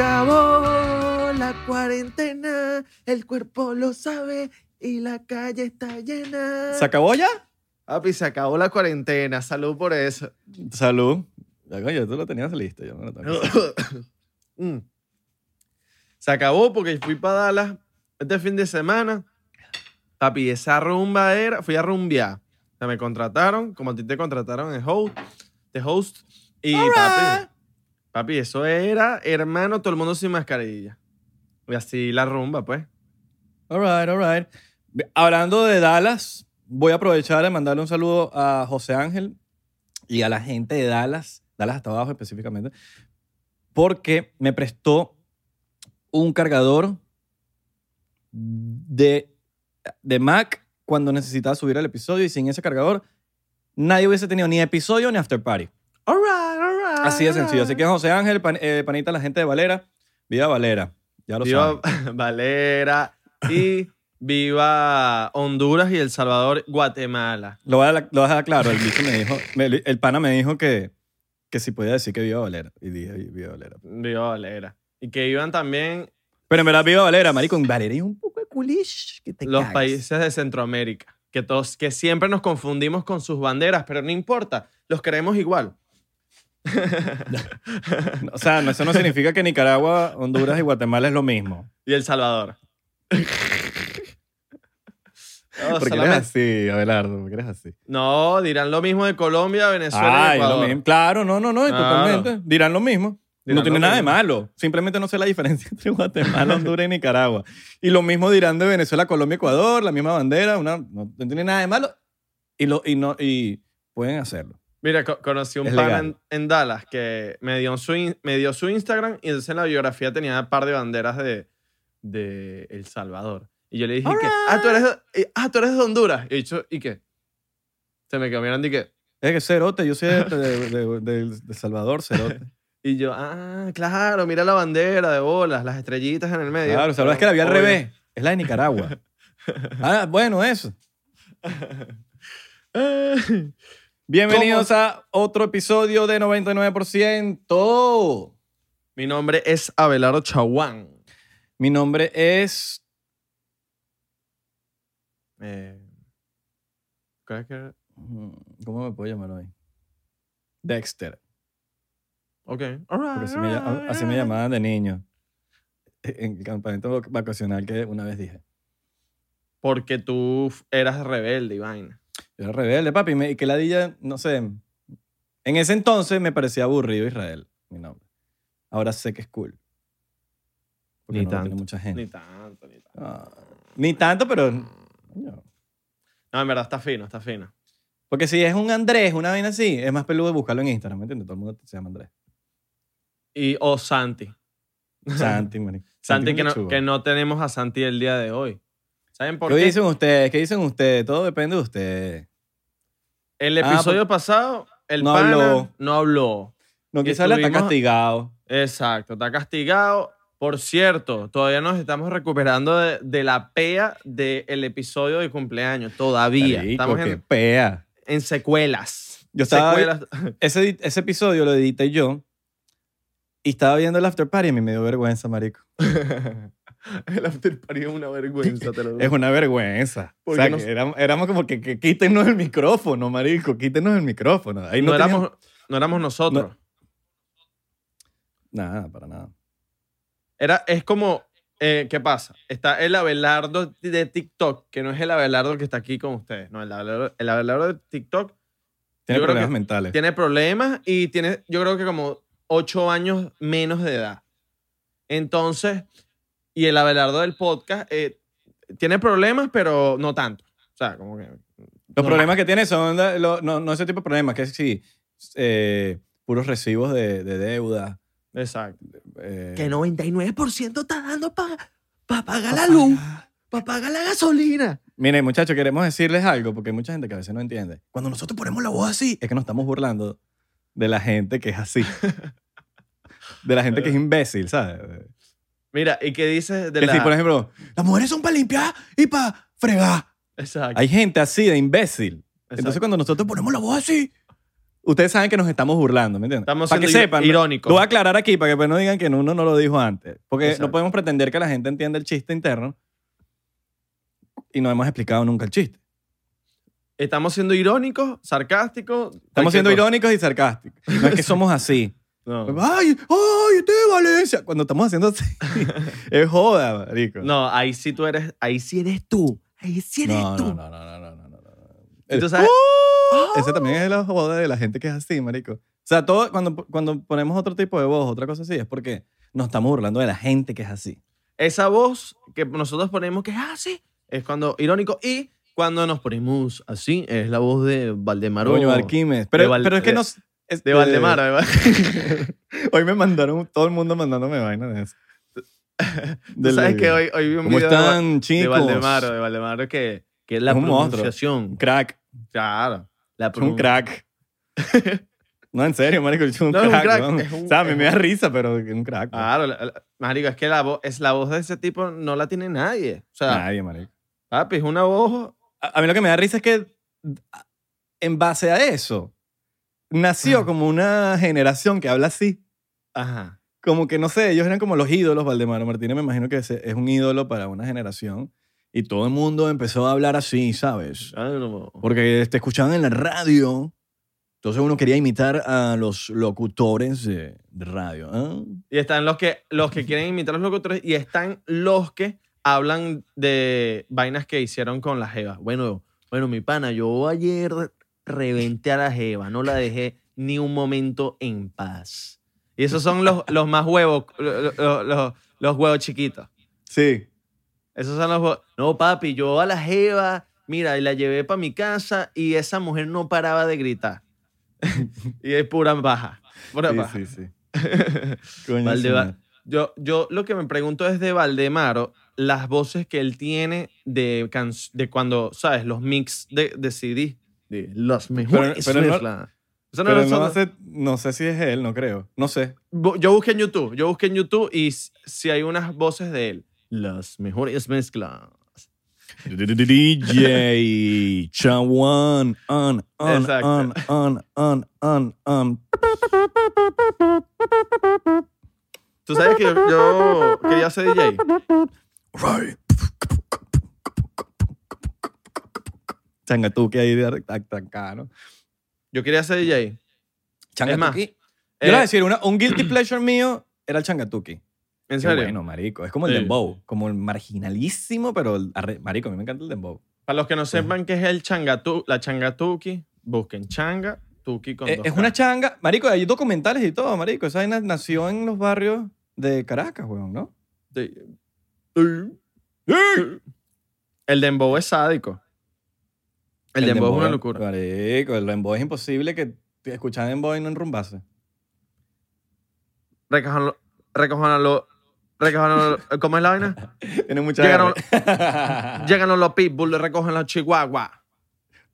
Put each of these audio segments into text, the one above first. acabó la cuarentena, el cuerpo lo sabe y la calle está llena. ¿Se acabó ya? Papi, se acabó la cuarentena. Salud por eso. Salud. Ya, coño, tú lo tenías listo. Yo no lo tengo. Mm. Se acabó porque fui para Dallas este fin de semana. Papi, esa rumba era. Fui a rumbear. O sea, me contrataron, como a ti te contrataron en host, de host. Y papi, papi, eso era, hermano, todo el mundo sin mascarilla. Y así la rumba, pues. All right, all right. Hablando de Dallas, voy a aprovechar de mandarle un saludo a José Ángel y a la gente de Dallas, Dallas hasta abajo específicamente, porque me prestó un cargador de, de Mac cuando necesitaba subir el episodio y sin ese cargador nadie hubiese tenido ni episodio ni after party. All right, all right. Así de sencillo. Así que José Ángel, pan- eh, panita, la gente de Valera, viva Valera. Ya lo saben. Viva Valera y viva Honduras y El Salvador, Guatemala. Lo voy a, lo voy a dejar claro. El bicho me dijo, me- el pana me dijo que, que si podía decir que viva Valera. Y dije, viva Valera. Viva Valera. Y que iban también Pero en verdad, viva Valera, marico. En Valera hay un poco de culish que te los cagas. países de Centroamérica, que, todos, que siempre nos confundimos con sus banderas, pero no importa, los queremos igual. O sea, no, eso no significa que Nicaragua, Honduras y Guatemala es lo mismo. Y El Salvador. No, Porque eres solamente- así, Abelardo, porque eres así. no, dirán lo mismo de Colombia, Venezuela Ay, y lo Ecuador. mismo. Claro, no, no, no, y Claro. totalmente. Dirán lo mismo. Dirán no tiene lo nada de mismo. malo. Simplemente no sé la diferencia entre Guatemala, Honduras y Nicaragua. Y lo mismo dirán de Venezuela, Colombia, Ecuador, la misma bandera, una, no, no tiene nada de malo. Y, lo, y, no, y pueden hacerlo. Mira, co- conocí un Es pana legal. en, en Dallas que me dio, su, in- me dio su Instagram y entonces en la biografía tenía un par de banderas de, de El Salvador. Y yo le dije, que, ah, tú eres, de- eh, ah, tú eres de Honduras. Y he dicho, ¿y qué? Se me quedó mirando y que, Es que cerote, yo soy de, de, de- de- de Salvador, cerote. y yo, ah, claro, mira la bandera de bolas, las estrellitas en el medio. Claro, o sea, es que la vi al Obvio. revés. Es la de Nicaragua. Ah, bueno, eso. Eh, Bienvenidos a otro episodio de 99%. Mi nombre es Abelardo Chaguán. Mi nombre es... Eh, creo que- mm, ¿Cómo me puedo llamar hoy? Dexter. Ok, all right, Porque así me, all lla- ah, right, así all me right. llamaban de niño. E, En el campamento vac- vacacional que una vez dije. Porque tú f- eras rebelde y vaina. Yo era rebelde, papi. me- Y que ladilla, no sé. En ese entonces me parecía aburrido Israel, mi nombre. Ahora sé que es cool. Porque Ni no lo tiene tanto, mucha gente. Ni Ah, tanto, ni tanto. Ni, tanto, pero... coño. No, en verdad está fino, está fino. Porque si es un Andrés, una vaina así, es más peludo buscarlo en Instagram, ¿me entiendes? Todo el mundo se llama Andrés. Y o Santi. Santi, marico. Santi que con no, lechuga. que no tenemos a Santi el día de hoy. ¿Saben por ¿Qué qué? dicen ustedes? ¿Qué dicen ustedes? Todo depende de ustedes. El Ah, episodio pasado, el No pana habló. no habló. No, Y quizás la está estuvimos- castigado. Exacto, está castigado. Por cierto, todavía nos estamos recuperando de, de la pea del episodio de cumpleaños. Todavía. Marico, estamos qué en, pea. en secuelas. Yo estaba- Secuelas. Ese, edit- ese episodio lo edité yo y estaba viendo el after party y a mí me dio vergüenza, marico. el after party es una vergüenza, te lo digo. Es una vergüenza. O Porque sea, no- que éramos, éramos como que, que quítenos el micrófono, marico. Quítenos el micrófono. Ahí no, no, teníamos- éramos, no éramos nosotros. Nada, para nada. Era, es como, eh, ¿qué pasa? Está el Abelardo de TikTok, que no es el Abelardo que está aquí con ustedes. No, el Abelardo, el Abelardo de TikTok Tiene creo problemas que mentales. tiene problemas y tiene, yo creo que como ocho años menos de edad. Entonces, y el Abelardo del podcast eh, tiene problemas, pero no tanto. O sea, como que... No. Los problemas que tiene son la- lo- no, no ese tipo de problemas, que es sí, eh, puros recibos de, de deuda. Exacto. eh, que 99% está dando para pagar la luz, para pagar la gasolina. Miren, muchachos, queremos decirles algo, porque hay mucha gente que a veces no entiende. Cuando nosotros ponemos la voz así, es que nos estamos burlando de la gente que es así. De la gente que es imbécil, ¿sabes? Mira, ¿y qué dices de Que la...? si, por ejemplo, Las mujeres son para limpiar y para fregar. Exacto. hay gente así de imbécil. exacto. Entonces, cuando nosotros ponemos la voz así, Ustedes saben que nos estamos burlando, ¿me entiendes? Estamos para que siendo sepan. ir- irónicos. Lo voy a aclarar aquí para que después no digan que uno no lo dijo antes. Porque Exacto. no podemos pretender que la gente entienda el chiste interno y no hemos explicado nunca el chiste. Estamos siendo irónicos, sarcásticos. Estamos cualquier siendo cosa. irónicos y sarcásticos. No es que somos así. No. ¡Ay! ¡Ay! ¡Este de Valencia! Cuando estamos haciendo así. es joda, marico. No, ahí sí tú eres, ahí sí eres tú. Ahí sí eres no, tú. no, no, no, no, no, no, no, no. Y tú sabes- ¡Oh! ¡Uh! Esa también es la joda de la gente que es así, marico. O sea, todo, cuando, cuando ponemos otro tipo de voz, otra cosa así, es porque nos estamos burlando de la gente que es así. Esa voz que nosotros ponemos que es así, es cuando irónico. Y cuando nos ponemos así, es la voz de Valdemaro. Coño, este, Arquímedes. Pero, de Val- pero es que de- nos... es- De Valdemaro. de Val- Hoy me mandaron, todo el mundo mandándome vainas de eso. Tú Del- sabes que hoy, hoy vi un ¿Cómo video de Val- están, chicos? de Valdemaro, de Valdemaro que, que es la Es un monstruo. pronunciación. Un crack. Claro. La Es pronun- un crack. No, en serio, marico, es un No, es un crack. crack, weón. es un- o sea, a mí es me un- Ah, da risa, pero es un crack. weón. Claro, la- la- marico, es que la voz, es la voz de ese tipo no la tiene nadie. O sea, Nadie, marico. papi, es una voz A, a mí lo que me da risa es que a- en base a eso Ah. nació como una generación que habla así. Ajá. Como que, no sé, ellos eran como los ídolos. Valdemaro Martínez me imagino que es, es un ídolo para una generación. Y todo el mundo empezó a hablar así, ¿sabes? Porque te escuchaban en la radio. Entonces uno quería imitar a los locutores de, de radio. ¿ah? Y están los que, los que quieren imitar a los locutores y están los que hablan de vainas que hicieron con la jeva. Bueno, bueno, mi pana, yo ayer reventé a la jeva, no la dejé ni un momento en paz. Y esos son los, los más huevos, los, los- los- los huevos chiquitos. Sí. Esos son los huevos. No, papi, yo a la jeva, mira, y la llevé para mi casa y esa mujer no paraba de gritar. y es pura baja. Pura baja. Sí, sí, sí. Coño, Valdeva- sí. Yo, yo lo que me pregunto es de Valdemaro, las voces que él tiene de, can- de cuando, ¿sabes? Los mix de, de CD. De los mejores. pero no- de la- Eso no Pero lo no, son- sé, no sé si es él, no creo. No sé. Bu- Yo busqué en YouTube, yo busqué en YouTube y s- si hay unas voces de él. Las mejores mezclas. DJ Chawan on on Exacto. on on on on on. Tú sabes que yo, yo quería ser DJ. Right. Changatuki ahí de tac, tac, acá, ¿no? Yo quería ser DJ. Changatuki. más, Yo Eh, le voy a decir, una- un guilty pleasure mío era el Changatuki. ¿En Qué serio? bueno, marico. Es como el Sí. dembow. Como el marginalísimo, pero el arre- marico, a mí me encanta el dembow. Para los que no sepan qué es el changatu, la changatuki, busquen changa, tuki con Eh, dos es K. una changa. Marico, hay documentales y todo, marico. Esa vaina nació en los barrios de Caracas, weón, ¿no? De- El dembow es sádico. El, dembow, es una locura. Marico, el dembow es imposible que escuchar dembow y no enrumbase. Recojanlo, recojanlo, recojanlo. ¿Cómo es la vaina? Tiene mucha Llegaron- R. Llegan los pitbulls, le recogen los chihuahuas.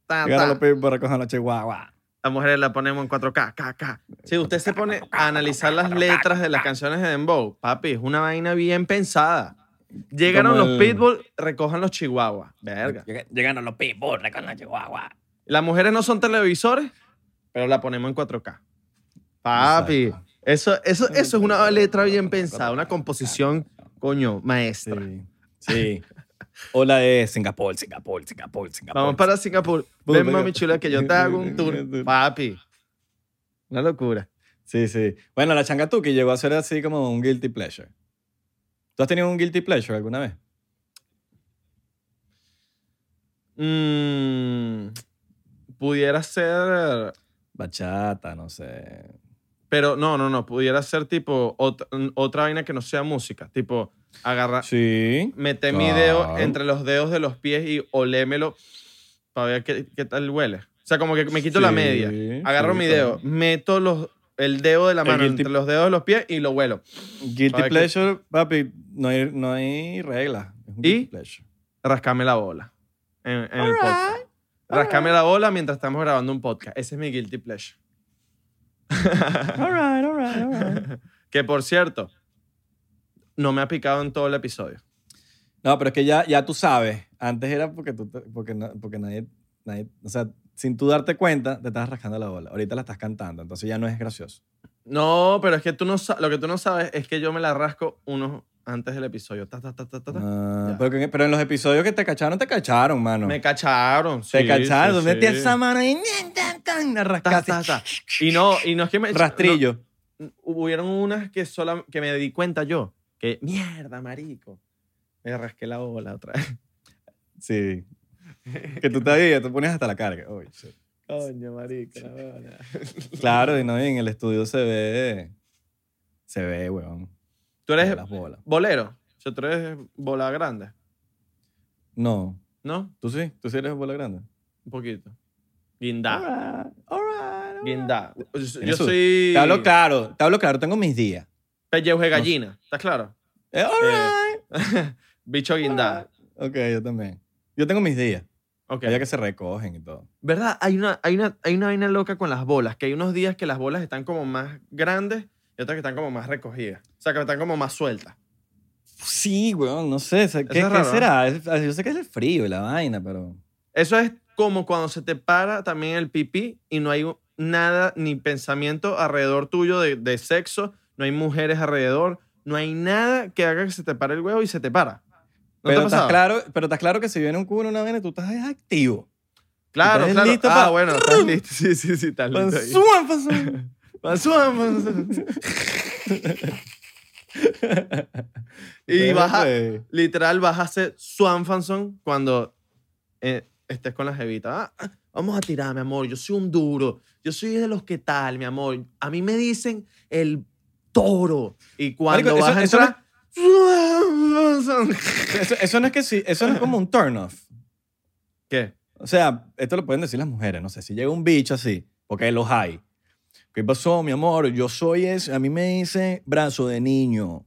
Ta, ta. Llegaron los pibes para coger la chihuahua. Las mujeres la ponemos en 4K, KK. Si usted se pone a analizar las letras de las canciones de Dembow, papi, es una vaina bien pensada. Llegaron Como los el- pitbulls, recojan los chihuahuas. Verga. Llegaron los pibes con la chihuahua. Las mujeres no son televisores, pero la ponemos en 4K. Papi, Exacto. eso, eso, eso es una letra bien pensada, una composición, coño, maestra. Sí. Sí. O la de Singapur, Singapur, Singapur, Singapur. Vamos para Singapur. Bueno, Ven, mami pues. venga. chula, que yo te hago un tour. Papi. Una locura. Sí, sí. Bueno, la changatuki llegó a ser así como un guilty pleasure. ¿Tú has tenido un guilty pleasure alguna vez? Mm, pudiera ser. Bachata, no sé. Pero no, no, no. Pudiera ser tipo ot- otra vaina que no sea música. Tipo, agarrar. Sí. meter mi dedo Claro. entre los dedos de los pies y olémelo para ver qué, qué tal huele. O sea, como que me quito la Sí, media, agarro sí, mi dedo, claro. meto los, el dedo de la El mano guilty- entre los dedos de los pies y lo huelo. Guilty Para que- pleasure, papi, no hay, no hay regla. Es un ¿Y? guilty pleasure. Rascame la bola en, en el podcast. Rascame la bola mientras estamos grabando un podcast. Ese es mi guilty pleasure. Alright, alright, alright. que por cierto, no me ha picado en todo el episodio. No, pero es que ya, ya tú sabes. Antes era porque, tú, te- porque, na- porque nadie, nadie. O sea, sin tú darte cuenta, te estás rascando la bola. Ahorita la estás cantando, entonces ya no es gracioso. No, pero es que tú no sa- lo que tú no sabes es que yo me la rasco unos antes del episodio. Ta, ta, ta, ta, ta, ta. Ah, Ya. pero, que- pero en los episodios que te cacharon, te cacharon, mano. Me cacharon. te sí, cacharon, sí, tú metías sí. esa mano y ñan, tan, tan, la Ta, rascaste. ta, ta. Y no, y no es que me. Rastrillo. no, hubieron unas que, sola, que me di cuenta yo. Que mierda, marico. Me rasqué la bola otra vez. Sí. Que tú te veías, te ponías hasta la carga. Uy, sí. Coño, marico. la bola. Claro, y no, y en el estudio se ve. Se ve, weón. Tú eres las bolas. bolero. O sea, tú eres bola grande. No. ¿No? ¿Tú sí? ¿Tú sí eres bola grande? Un poquito. Guindá. Alright, alright, alright. Guindá. Yo, yo Tiene su- soy. Te hablo claro, te hablo claro, tengo mis días. Pellejo de gallina. ¿Estás claro? Eh, alright. Bicho guindá. Ok, yo también. Yo tengo mis días. Ok. Hay días que se recogen y todo. ¿Verdad? Hay una, hay, una, hay una vaina loca con las bolas, que hay unos días que las bolas están como más grandes y otras que están como más recogidas. O sea, que están como más sueltas. Sí, weón, no sé. o sea, ¿Qué, es qué raro, será? Es- Yo sé que es el frío y la vaina, pero. Eso es como cuando se te para también el pipí y no hay u- nada ni pensamiento alrededor tuyo de, de sexo, no hay mujeres alrededor, no hay nada que haga que se te pare el huevo y se te para. ¿No te ha pero, estás pasado? claro, pero estás claro que si viene un cubo en una vaina, tú estás activo. claro, ¿Estás claro. listo ah, para- bueno, estás listo. Sí, sí, sí, estás listo. ahí. Panzúan, panzúan. Panzúan, panzúan. y baja, Güey. literal vas a hacer Swanfanson cuando eh, estés con la jevita. Ah, ah, vamos a tirar, mi amor. Yo soy un duro. Yo soy de los que tal, mi amor. A mí me dicen el toro. Y cuando Marico, vas eso- a entrar... Swanfanson. Eso, eso no es que sí, eso no es como un turn off. ¿Qué? O sea, esto lo pueden decir las mujeres, no sé, si llega un bicho así, porque los hay. ¿Qué pasó, mi amor? Yo soy es, a mí me dice brazo de niño.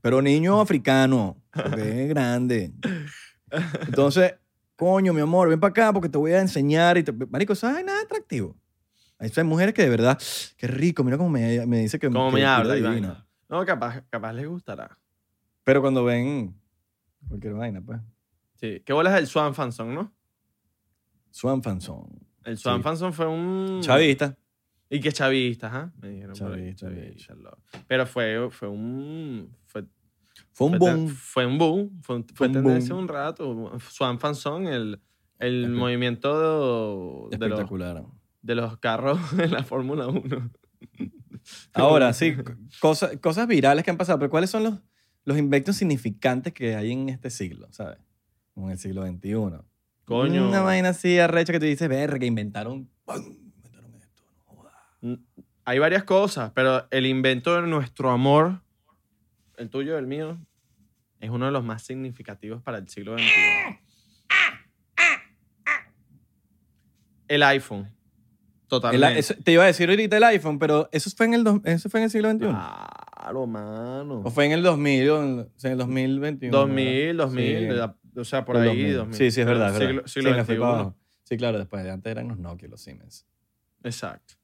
Pero niño africano, porque es grande. Entonces, coño, mi amor, ven para acá porque te voy a enseñar y te- marico, eso no es nada atractivo. Hay hay mujeres que de verdad, qué rico, mira cómo me, me dice que ¿Cómo que- me que habla? divino. Iván? No, capaz, capaz les gustará. Pero cuando ven cualquier vaina, pues, Sí. ¿Qué bolas el Swanfanson, no? Swan Fanson. El Swanfanson fue un... Chavista. Y que chavista, ajá. Me dijeron por ahí, Chavista, chavista, lo- Pero fue, fue un... Fue Fue un fue ten- boom. Fue un boom. Fue, un- fue un tendencia boom. un rato. Swan Fanson, el, el Espe- movimiento de los, Espectacular. de los carros en la Fórmula 1. Ahora, sí, c- cosas, cosas virales que han pasado, pero ¿cuáles son los, los inventos significantes que hay en este siglo, ¿sabes? Como En el siglo XXI. Coño. Una vaina así arrecha que tú dices, verga, inventaron. ¡pum! Inventaron esto, no joda. Hay varias cosas, pero el invento de nuestro amor, el tuyo, el mío, es uno de los más significativos para el siglo XXI. El iPhone. El Totalmente. a- eso- te iba a decir ahorita el iPhone, pero eso fue en el, dos- eso fue en el siglo XXI. Ah. Claro, mano. O fue en el 2000, o en, o sea, en el 2021. 2000, 2000, Sí. de la- o sea, por Fue el ahí, 2000. 2000. Sí, sí, es verdad. es verdad. Siglo, Sí, siglo me fui para 21. abajo. Sí, claro, después de antes eran los Nokia, los Siemens. Exacto.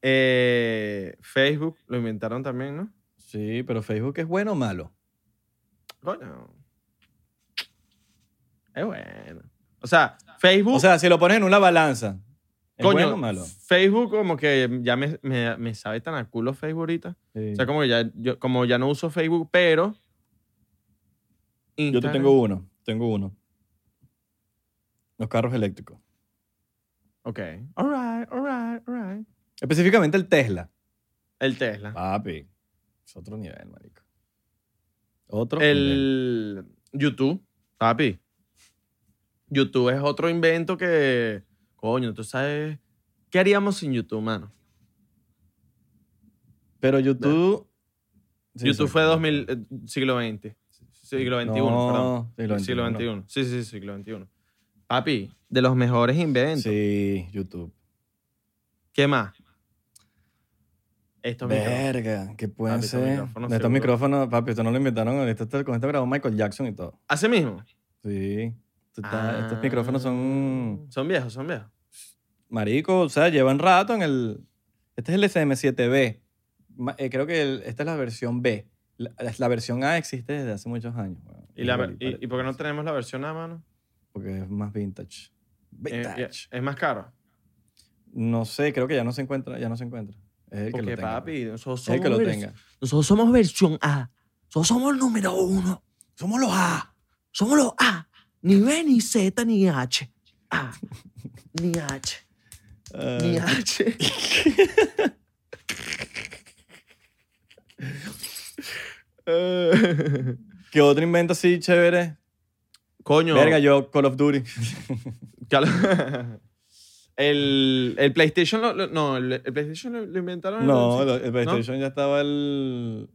Eh, Facebook lo inventaron también, ¿no? Sí, pero Facebook es bueno o malo. Coño. Es bueno. O sea, Facebook. O sea, si lo pones en una balanza, ¿es Uh. coño, bueno o malo? Facebook como que ya me, me- me sabe tan a culo Facebook ahorita. O sea, como que ya, yo, como ya no uso Facebook, pero. Yo te Instagram- tengo uno, tengo uno. Los carros eléctricos. Ok. Alright, alright, alright. Específicamente el Tesla. El Tesla. Papi, es otro nivel, marico. Otro nivel. El YouTube, papi. YouTube es otro invento que, coño, tú sabes, ¿qué haríamos sin YouTube, mano? Pero YouTube... Sí, YouTube sí, fue sí. 2000, eh, siglo XX, siglo XXI, No, perdón. siglo XXI, Siglo XXI, no. sí, sí, siglo XXI. Papi, de los mejores inventos. Sí, YouTube. ¿Qué más? Estos micrófonos. Verga, que pueden Papi, estos ser. micrófonos estos seguro. micrófonos, papi, esto no lo inventaron. Esto, esto- con esto grabó Michael Jackson y todo. ¿Así mismo? Sí. Esto está- Estos Ah, micrófonos son. Son viejos, son viejos. Marico, o sea, llevan rato en el. Este es el SM7B. Ma- eh, creo que el- esta es la versión B. La, la versión A existe desde hace muchos años. weón. ¿Y, la ver- Igual, y- y por qué no tenemos la versión a mano? Porque es más vintage. Eh, Vintage. y- es más caro. No sé, creo que ya no se encuentra, ya no se encuentra. Es el que lo Porque, tenga. pues. papi, nosotros Es el que somos lo vers- tenga. Nosotros somos versión A. Nosotros somos el número uno. Somos los A. Somos los A. Ni B, ni Z, ni H. A. Ni H. Ah. Ni Eh, H. ¿Qué otro invento así chévere? Coño. Verga, yo Call of Duty. Cal- el, el PlayStation, lo- lo- no, el, el PlayStation lo, lo inventaron. no, ¿sí? lo- el PlayStation ya estaba el...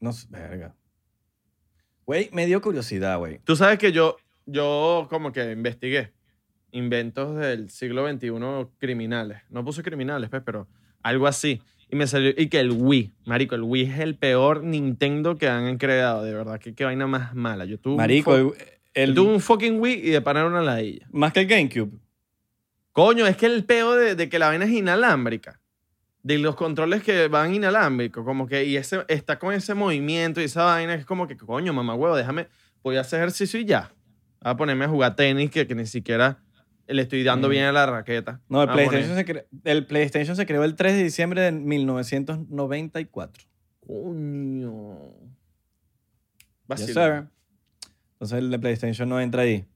No sé, verga. Güey, me dio curiosidad, güey. Tú sabes que yo, yo como que investigué inventos del siglo XXI criminales. No puse criminales, pues, pero algo así. Y me salió, y que el Wii, marico, el Wii es el peor Nintendo que han creado, de verdad. Qué, qué vaina más mala. Yo tuve Marico, un fo- el, el- yo tuve un fucking Wii y de parar una ladilla. más que el GameCube. Coño, es que el peo de, de que la vaina es inalámbrica. De los controles que van inalámbricos, como que, y ese, está con ese movimiento y esa vaina, es como que, coño, mamá huevo, déjame, voy a hacer ejercicio y ya. Voy a ponerme a jugar tenis, que, que ni siquiera le estoy dando Mm. bien a la raqueta. Ah, No, el Voy a PlayStation, se cre- el PlayStation se creó el 3 de diciembre de 1994. poner- Coño. Yes, Vacilo. sir. Entonces el de PlayStation no entra ahí.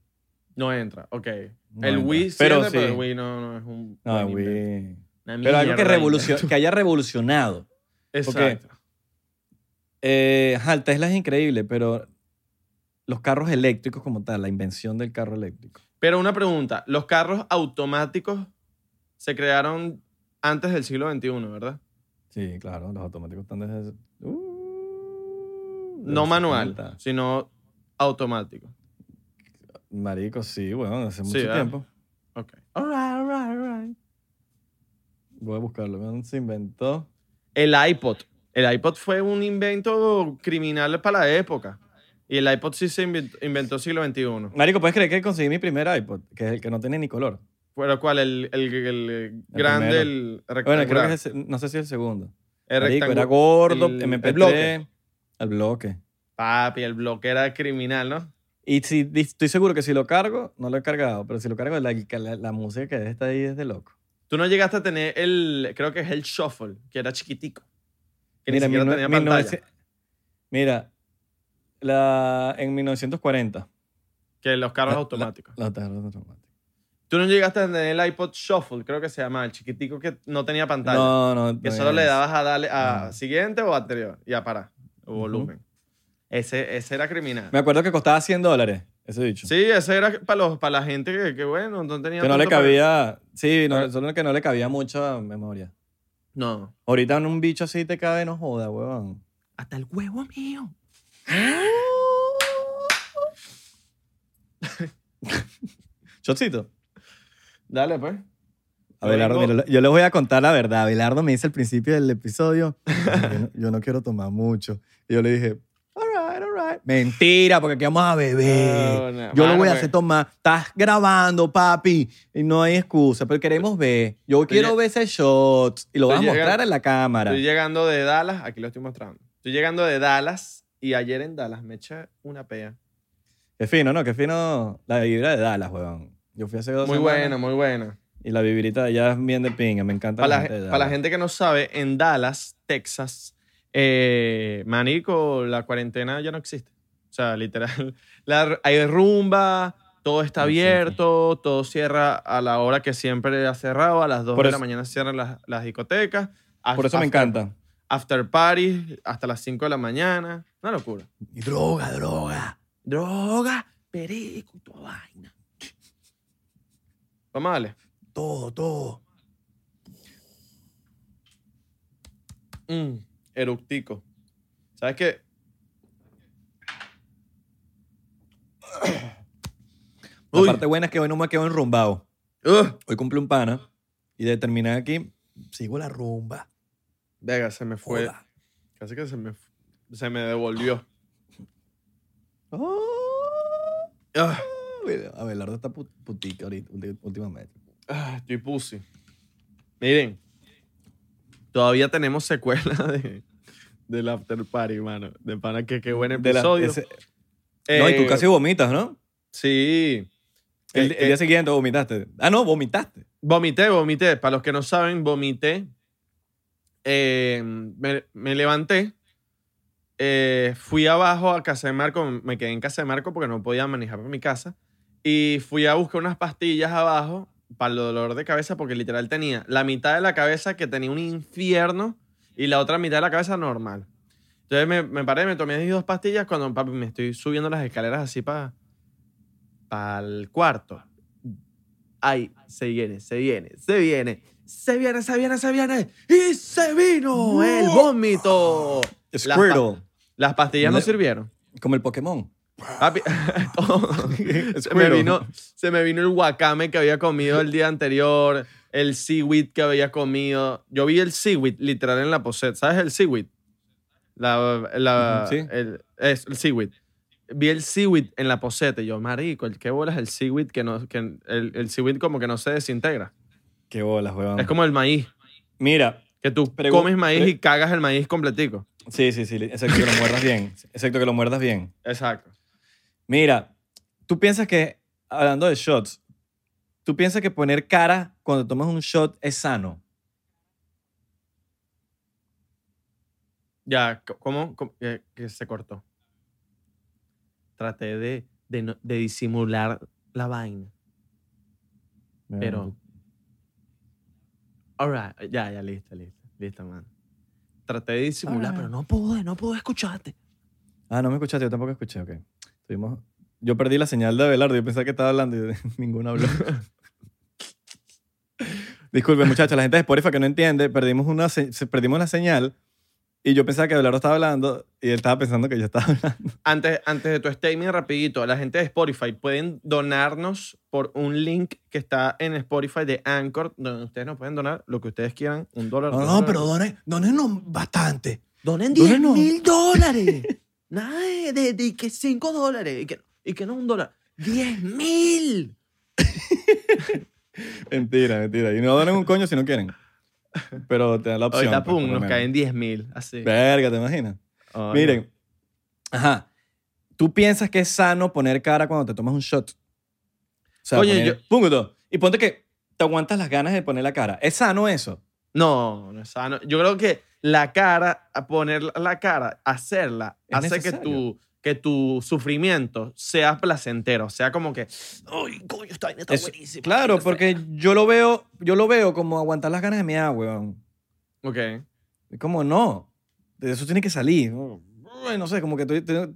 No entra, ok. No el entra. Wii sí Pero entra, pero sí. el Wii no, no es un. No, buen güey. invento. Una Pero algo que, mierda. revolucio- que haya revolucionado. Exacto. Eh, ajá, el Tesla es increíble, pero los carros eléctricos como tal, la invención del carro eléctrico. Pero una pregunta, los carros automáticos se crearon antes del siglo XXI, ¿verdad? Sí, claro, los automáticos están desde... Uh, No los manual, 70. sino automático. Marico, sí, bueno, hace mucho ¿verdad? tiempo. Ok. Voy a buscarlo. weón, Se inventó... El iPod. El iPod fue un invento criminal para la época. Y el iPod sí se inventó, inventó siglo XXI. Marico, ¿puedes creer que conseguí mi primer iPod? Que es el que no tiene ni color. ¿Pero cuál? El, el, el grande, primero. el Bueno, rectangular. creo que es el- no sé si es el segundo. el Marico, era rectangular. gordo, el- el MP3. bloque. El bloque. Papi, el bloque era criminal, ¿no? Y si, di- estoy seguro que si lo cargo, no lo he cargado, pero si lo cargo, la, la- la música que está ahí es de loco. Tú no llegaste a tener el, creo que es el shuffle, que era chiquitico. Que ni siquiera mil nue- tenía mil pantalla. novece- mira, la, en 1940. Que los carros la- la- automáticos. la- la- la- la- Tú no llegaste a tener el iPod Shuffle, creo que se llama, el chiquitico que no tenía pantalla. No, no. que no solo es. le dabas a darle a Ah. siguiente o anterior y a parar. O volumen. ese, ese era criminal. Me acuerdo que costaba 100 dólares, ese dicho. Sí, ese era para los para la gente que, que, bueno, no tenía que no le tanto para- cabía. Sí, no, Pero- solo que no le cabía mucha memoria. No. Ahorita en un bicho así te cabe, no joda, huevón. Hasta el huevo mío. Chocito. Dale, pues. Abelardo, Yo vengo- mira, yo les voy a contar la verdad. Abelardo me dice al principio del episodio, yo, no, yo no quiero tomar mucho. Y yo le dije, all right, all right. Mentira, porque aquí vamos a beber. No, no, yo lo mano, voy a pues. hacer tomar. Estás grabando, papi. Y no hay excusa, pero queremos ver. Yo quiero lle- ver ese shot. Y lo Tú vas a llega- mostrar en la cámara. Estoy llegando de Dallas, aquí lo estoy mostrando. Estoy llegando de Dallas y ayer en Dallas me eché una pea. Qué fino, ¿no? Qué fino la vibra de Dallas, huevón. Yo fui hace dos Muy semanas buena, muy buena. Y la vibrita de allá es bien de pinga. Me encanta Para la, la, gente de para la Dallas. gente que no sabe, en Dallas, Texas, eh, Manico, la cuarentena ya no existe. O sea, literal, la- hay rumba, todo está No existe. abierto, todo cierra a la hora que siempre ha cerrado, a las 2 Por de la eso- mañana cierran las, las discotecas. Por eso me encanta. After parties hasta las 5 de la mañana. Una locura. Y droga, droga. Droga, perico, y toda vaina. Vamos a darle. Todo, todo. Mm, eructico. ¿Sabes qué? La Uy. parte buena es que hoy no me quedo enrumbado. Ugh. Hoy cumple un pana y de terminar aquí sigo la rumba. Venga, se me fue. Joda. Casi que se me, se me devolvió. Oh, Ah, mira, Abelardo está put- putica ahorita, ulti- últimamente. ah, estoy pussy. Miren, todavía tenemos secuela de, del After Party, mano. De pana, que qué buen De la- episodio. ese- no, y Eh, tú casi vomitas, ¿no? Sí. El, Eh, el día siguiente vomitaste. Ah, no, vomitaste. Vomité, vomité. Para los que no saben, vomité. Eh, me, me levanté. Eh, fui abajo a casa de Marco. Me quedé en casa de Marco porque no podía manejar mi casa. Y fui a buscar unas pastillas abajo para el dolor de cabeza porque literal tenía la mitad de la cabeza que tenía un infierno y la otra mitad de la cabeza normal. Entonces me, me paré, me tomé mis dos pastillas cuando papi, me estoy subiendo las escaleras así para el cuarto. Ay, se viene, se viene, se viene. Se viene, se viene, se viene. Y se vino el vómito. Las pa- Squirtle. Las pastillas no Le- sirvieron. Como el Pokémon. Papi, todo. se, me Squirtle. vino, se me vino el wakame que había comido el día anterior, el seaweed que había comido. Yo vi el seaweed literal en la poset. ¿Sabes el seaweed? La, la- Ujú, sí. el, es, el seaweed. Vi el seaweed en la poseta y yo, marico, ¿el qué bola es el seaweed? Que no, que el, el seaweed como que no se desintegra. Qué bolas, huevón. Es como el maíz. Mira. Que tú Pregu- comes maíz pre- y cagas el maíz completico. Sí, sí, sí. Excepto que lo muerdas bien. Excepto que lo muerdas bien. Exacto. Mira, tú piensas que, hablando de shots, tú piensas que poner cara cuando tomas un shot es sano. Ya, c- ¿cómo? ¿Cómo? Que, que se cortó. Traté de, de, no- de disimular la vaina, pero... All right. eh, Ya, ya, listo, listo. Listo, man. Traté de disimular, Simula, pero pero no. no pude, no pude escucharte. Ah, no me escuchaste, yo tampoco escuché, ok. Tuvimos... Yo perdí la señal de Abelardo, yo pensaba que estaba hablando y ninguno habló. Disculpe, muchachos, la gente de Spotify que no entiende, perdimos, una se- se- perdimos la señal y yo pensaba que Abelardo estaba hablando y él estaba pensando que yo estaba hablando. Antes, antes de tu statement, rapidito, la gente de Spotify pueden donarnos por un link que está en Spotify de Anchor, donde ustedes nos pueden donar lo que ustedes quieran, un dólar. No, dos No, dólares. pero donen, donen no bastante. Donen 10 Donen mil dólares. Nada de, de, de que 5 dólares. Y que, y que no un dólar. 10 mil. Mentira, mentira. Y no donen un coño si no quieren. Pero te dan la opción. Ahorita, pues, pum, por lo nos menos. caen 10 mil. Así. Oh, Verga, ¿te imaginas? Ay, Miren, ajá. ¿Tú piensas que es sano poner cara cuando te tomas un shot? O sea, Coño, poner- punto. Y ponte que te aguantas las ganas de poner la cara. ¿Es sano eso? No, no es sano. Yo creo que la cara, a poner la cara, hacerla, Es hace que necesario. tu, que tu sufrimiento sea placentero, sea como que, Ay, coño, esta vaina está Es- buenísima. Claro, Está porque yo lo veo, yo lo veo como aguantar las ganas de mear, weón. ok, Es Como no. De eso tiene que salir. Ay, No sé, como que estoy- estoy-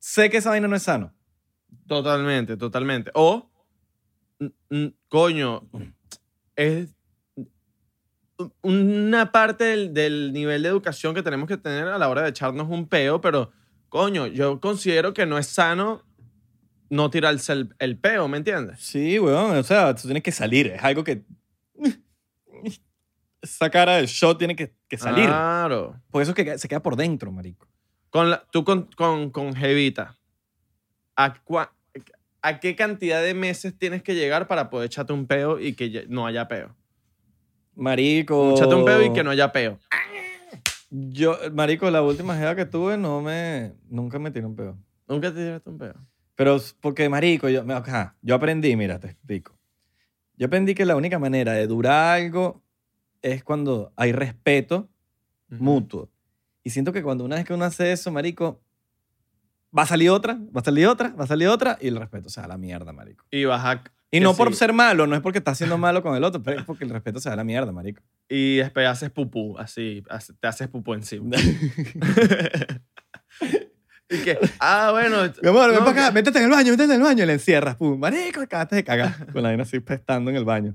sé que esa vaina no es sano. totalmente, totalmente. O, n- n- coño, es una parte del, del nivel de educación que tenemos que tener a la hora de echarnos un peo, pero, coño, yo considero que no es sano no tirarse el, el peo, ¿me entiendes? Sí, weón. O sea, tú tienes que salir. Es algo que... Esa cara del shot tiene que, que salir. Ah. Claro. Por eso es que se queda por dentro, marico. Con la- tú con, con, con Jevita, ¿a, cua- a qué cantidad de meses tienes que llegar para poder echarte un peo y que ya- no haya peo? Marico. Echarte un peo y que no haya peo. Yo, marico, la última jeva que tuve no me. Nunca me tiró un peo. Nunca te tiraste un peo. Pero s- porque, marico, yo, me- ajá, yo aprendí, mira, te explico. Yo aprendí que la única manera de durar algo es cuando hay respeto mutuo. Y siento que cuando una vez que uno hace eso, marico, va a salir otra, va a salir otra, va a salir otra y el respeto se va a la mierda, marico. Y vas a- Y que no por sí. ser malo, no es porque estás siendo malo con el otro, pero es porque el respeto se va a la mierda, marico. Y después haces pupú, así, hace- te haces pupú encima. y que, ah, bueno. Mi amor, ven no, para acá, métete en el baño, métete en el baño. Y la encierras, pum, marico, acabaste de cagar. Con la vaina así pestando en el baño.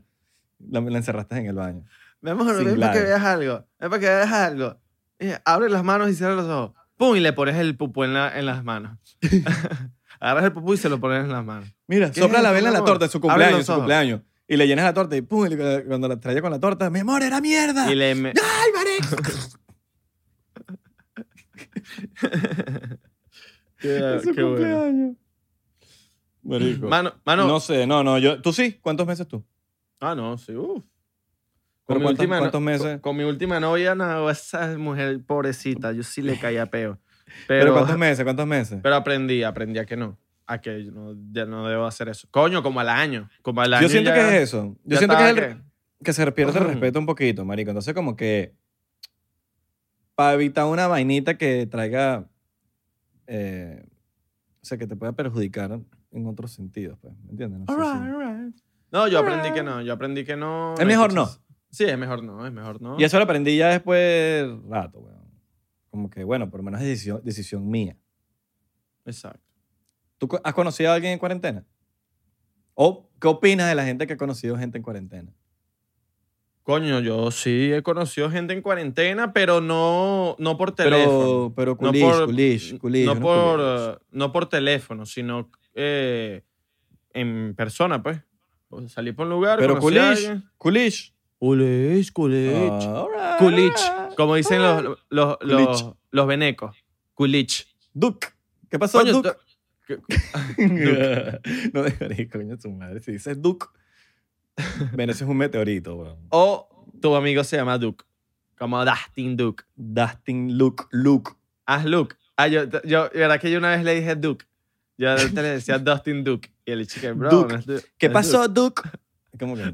La, la encerraste en el baño. Mi amor, Sin ven para que labios. veas algo. Ven para que veas algo. Y abre las manos y cierra los ojos. Pum, y le pones el pupú en, la- en las manos. Agarras el pupú y se lo pones en las manos. Mira, ¿Qué sopla es la eso, vela mi en la amor? torta, en su Abre cumpleaños, los en su ojos. cumpleaños. Y le llenas la torta y pum, y cu- cuando la traía con la torta, mi amor, era mierda. Y le me- ¡Ay, marico! qué, En su Ah, qué bueno. cumpleaños. Marico. Mano, mano. No sé, no, no, yo, tú sí, ¿cuántos meses tú? Ah, no, sí, uff. ¿Pero cuántos- no- cuántos meses? Con, con mi última novia, no, esa mujer pobrecita, yo sí le caía peo. Pero, Pero, ¿cuántos pero, meses? ¿Cuántos meses? aprendí, aprendí a que no. a que yo no, ya no debo hacer eso. Coño, como al año. Como al año. Yo siento ya- que es eso. Yo ya siento que es estaba el, que se pierde el Ujú. respeto un poquito, marico. Entonces, como que para evitar una vainita que traiga, eh, o sea, que te pueda perjudicar en otros sentidos, pues, ¿me entiendes? No sé si- No, yo aprendí que no. Yo aprendí que no. Es mejor no. Entonces- Sí, es mejor no. Es mejor no. Y eso lo aprendí ya después de rato, weón. Como que, bueno, por lo menos es decisión, decisión mía. Exacto. ¿Tú co- has conocido a alguien en cuarentena? ¿O qué opinas de la gente que ha conocido gente en cuarentena? Coño, yo sí he conocido gente en cuarentena, pero no, no por teléfono. Pero, pero no culish, por, culish, culish, no unos por, culish. eh, no por teléfono, sino eh, en persona, pues. O sea, salí por un lugar, Pero conocí a culish, alguien. culish. Culich, culich. Ah, all right, Culich, all right. como dicen los, los, los, Culich. los venecos. Culich. Duke. ¿Qué pasó, Coño, Duke? t- no dejaré, coño, tu madre. Si dices Duke, ven, ese es un meteorito, weón. o tu amigo se llama Duke, como Dustin Duke. Dustin, Luke, Luke. Haz Luke. Ah, yo, yo, la verdad que yo una vez le dije Duke. Yo antes le decía Dustin Duke. Y el chico, bro, Duke. no es Du- ¿Qué no es pasó, Duke? ¿Cómo que no?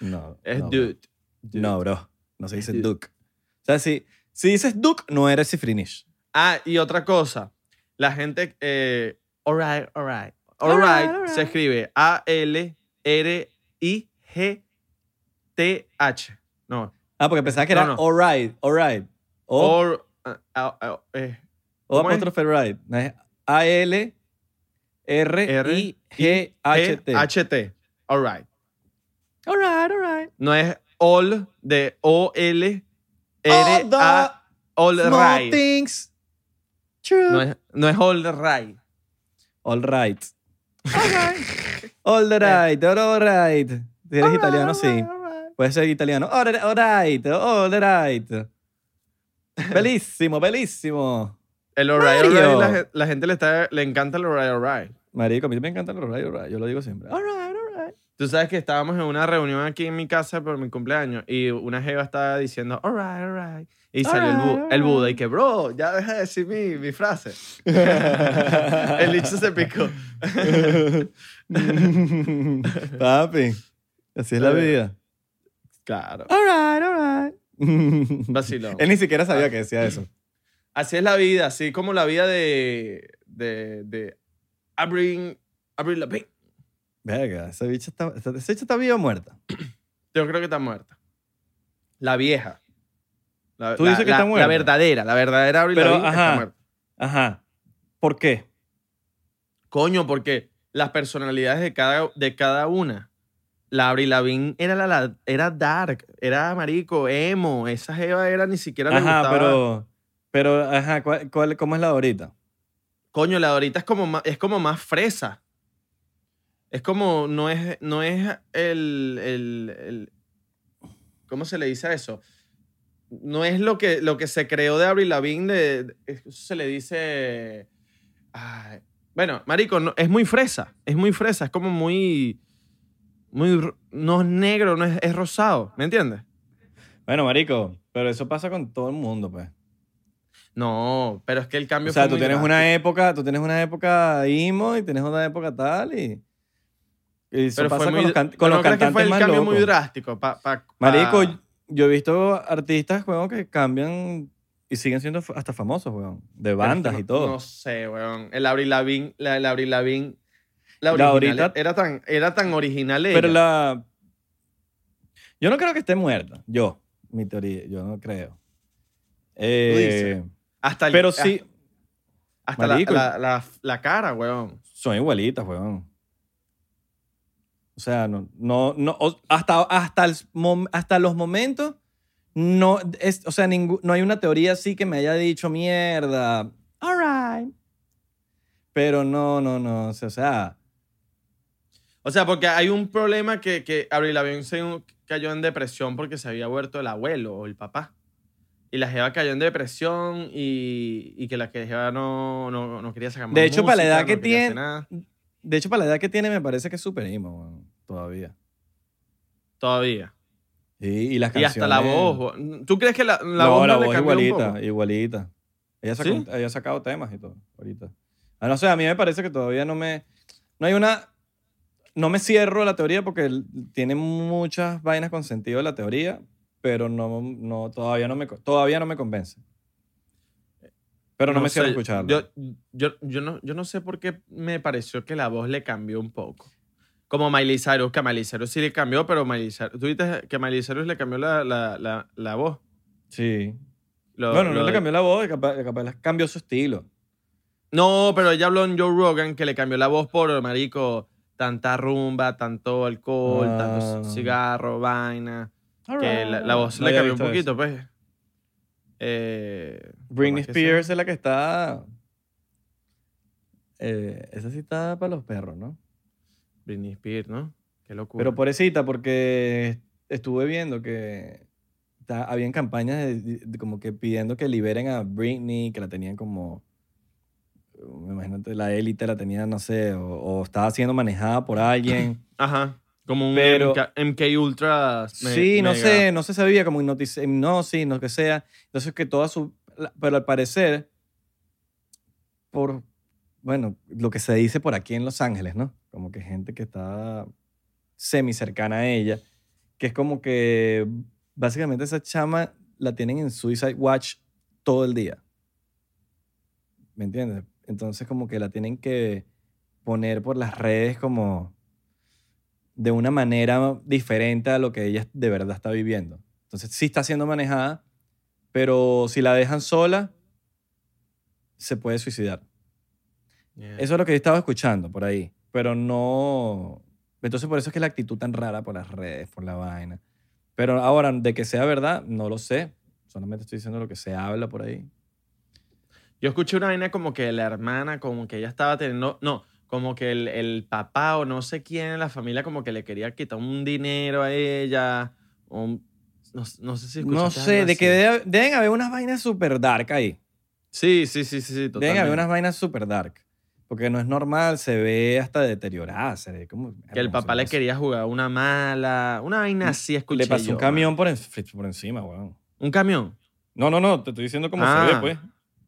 No. Es no, bro. dude. Dude. No, bro. No se dice Dude. Duke. O sea, si, si dices Duke, no eres cifrinish. Ah, y otra cosa. La gente. Eh, alright, alright. Alright Alright, alright. se escribe A-L-R-I-G-T-H. No. Ah, porque pensaba que era No, no. alright, alright. O, Or, ah, ah, ah, eh, o ¿cómo es? apóstrofe right. No, es eh, A-L-R-I-G-H-T. H-T. Alright. Alright, alright. No es all de All the O-L-R-A. All Small right. things. True. No es, no es all right. All right. All right, all right. Si eres italiano, sí. Puedes ser italiano. All right, all right, all right. Bellísimo, bellísimo. El all right, all Mario. right, la, gen- la gente le, está, le encanta el all right, all right. Marico, a mí me encanta el all right, all right. Yo lo digo siempre. All right, all right. Tú sabes que estábamos en una reunión aquí en mi casa por mi cumpleaños y una jeva estaba diciendo all right, all right. Y All salió el, bu- right, all el Buda right. y que, bro, ya deja de decir mi, mi frase. el licho se picó. Papi, así es la vida. claro. All right, all right. Vacilón. Ah. Él ni siquiera sabía que decía eso. Así es la vida, así como la vida de. de. de. Avril Avril Lavigne. Verga, esa bicha está, esa esa bicha está viva o muerta. Yo creo que está muerta. La vieja. La- Tú la- dices que la- está muerta. La verdadera, la verdadera Avril Pero, Lavigne ajá. está muerta. Ajá. ¿Por qué? Coño, porque las personalidades de cada, de cada una. La Avril Lavigne era, la, la- era dark, era marico, emo. Esa jeva era ni siquiera le Ajá, gustaba. pero, pero, ajá, ¿cuál, cuál- cómo es la de ahorita? Coño, la de ahorita es como más, es como más fresa. Es como, no es, no es el, el- el- ¿Cómo se le dice a eso? No es lo que, lo que se creó de Avril Lavigne, de, de- eso se le dice... ay, bueno, marico, no- es muy fresa, es muy fresa, es como muy... muy ro- no es negro, no es, es rosado, ¿me entiendes? Bueno, marico, pero eso pasa con todo el mundo, pues. No, pero es que el cambio O sea, fue tú muy tienes drástico. una época, tú tienes una época emo y tienes otra época tal y... y eso Pero pasa fue con muy- los, can- pero con los ¿no crees cantantes que fue el más cambio locos. muy Ah. drástico. Pa, pa- pa- Marico, yo he visto artistas, weón, que cambian y siguen siendo fa- hasta famosos, weón. Pero De es que bandas no- y todo. No sé, weón. El Avril Lavigne, la, el Avril Lavigne, la La original, ahorita- era tan, era tan original ella. Pero la... Yo no creo que esté muerta. Yo, mi teoría, yo no creo. Eh, dices. ah. hasta el- pero sí, hasta la, marico. la- la- la cara, weón. son igualitas, weón. O sea, no, no, no o- hasta, hasta, el mom- hasta los momentos, no, es, o sea, ningú- no hay una teoría así que me haya dicho mierda. All right. Pero no, no, no, o sea, o sea, O sea, porque hay un problema que, que Avril Lavigne se un- cayó en depresión porque se había muerto el abuelo o el papá. Y la jeva cayó en depresión y, y que la que jeva no, no, no quería sacar más De hecho, para la música, edad que no quería hacer tiene- nada. de hecho, para la edad que tiene, me parece que es súper emo, weón, todavía. Todavía. Y, y Y las canciones. hasta la voz. weón. ¿Tú crees que la, la no, voz la no le voz cambió un igualita, poco? igualita. Ella, sacó- ¿Sí? ella ha sacado temas y todo, ahorita. Ah, No sé, a mí me parece que todavía no me. No hay una. No me cierro a la teoría porque l- tiene muchas vainas con sentido la teoría, pero no, no, todavía, no me, co- todavía no me convence. Pero no, me cierro a sé, escucharlo. Yo, yo, yo, no, yo no sé por qué me pareció que la voz le cambió un poco. Como Miley Cyrus, que a Miley Cyrus sí le cambió, pero Miley Cyrus, tú viste que a Miley Cyrus le cambió la, la, la, la voz. sí. Lo- Bueno, lo no le de- cambió la voz, capaz, capaz cambió su estilo. No, pero ella habló en Joe Rogan que le cambió la voz por, marico, tanta rumba, tanto alcohol, Ah. tanto cigarro, vaina. Que la, la voz No le había cambió un visto poquito, eso. pues. Eh, por Britney más que sea. Spears es la que está. eh, esa sí está para los perros, ¿no? Britney Spears, ¿no? Qué locura. Pero pobrecita, porque estuve viendo que ta- habían campañas de- de- como que pidiendo que liberen a Britney, que la tenían como, me imagino que la élite la tenía, no sé, o, o estaba siendo manejada por alguien. Ajá. Como un Pero- MK, Ultra. me- sí, no mega. sé, no se sabía, como hipnotis- hipnosis, no que sea. Entonces que toda su... la- Pero al parecer, por, bueno, lo que se dice por aquí en Los Ángeles, ¿no? Como que gente que está semi cercana a ella, que es como que básicamente esa chama la tienen en Suicide Watch todo el día. ¿Me entiendes? Entonces como que la tienen que poner por las redes como de una manera diferente a lo que ella de verdad está viviendo. Entonces sí está siendo manejada, pero si la dejan sola, se puede suicidar. Yeah. Eso es lo que yo estaba escuchando por ahí, pero no... Entonces por eso es que la actitud tan rara por las redes, por la vaina. Pero ahora, de que sea verdad, no lo sé. Solamente estoy diciendo lo que se habla por ahí. Yo escuché una vaina como que la hermana, como que ella estaba teniendo. No, como que el, el papá o no sé quién en la familia, como que le quería quitar un dinero a ella. o un- no, no sé si escuchaste No sé, algo de así. que debe- deben haber unas vainas súper dark ahí. Sí, sí, sí, sí, sí. Deben totalmente. haber unas vainas súper dark. Porque no es normal, se ve hasta deteriorada. Se ve como, Que el hermoso, papá le hermoso. quería jugar una mala. Una vaina así, escuché. Mm, Le pasó yo, un camión por, en- por encima, weón. man. ¿Un camión? No, no, no, te estoy diciendo cómo Ah, se ve, pues.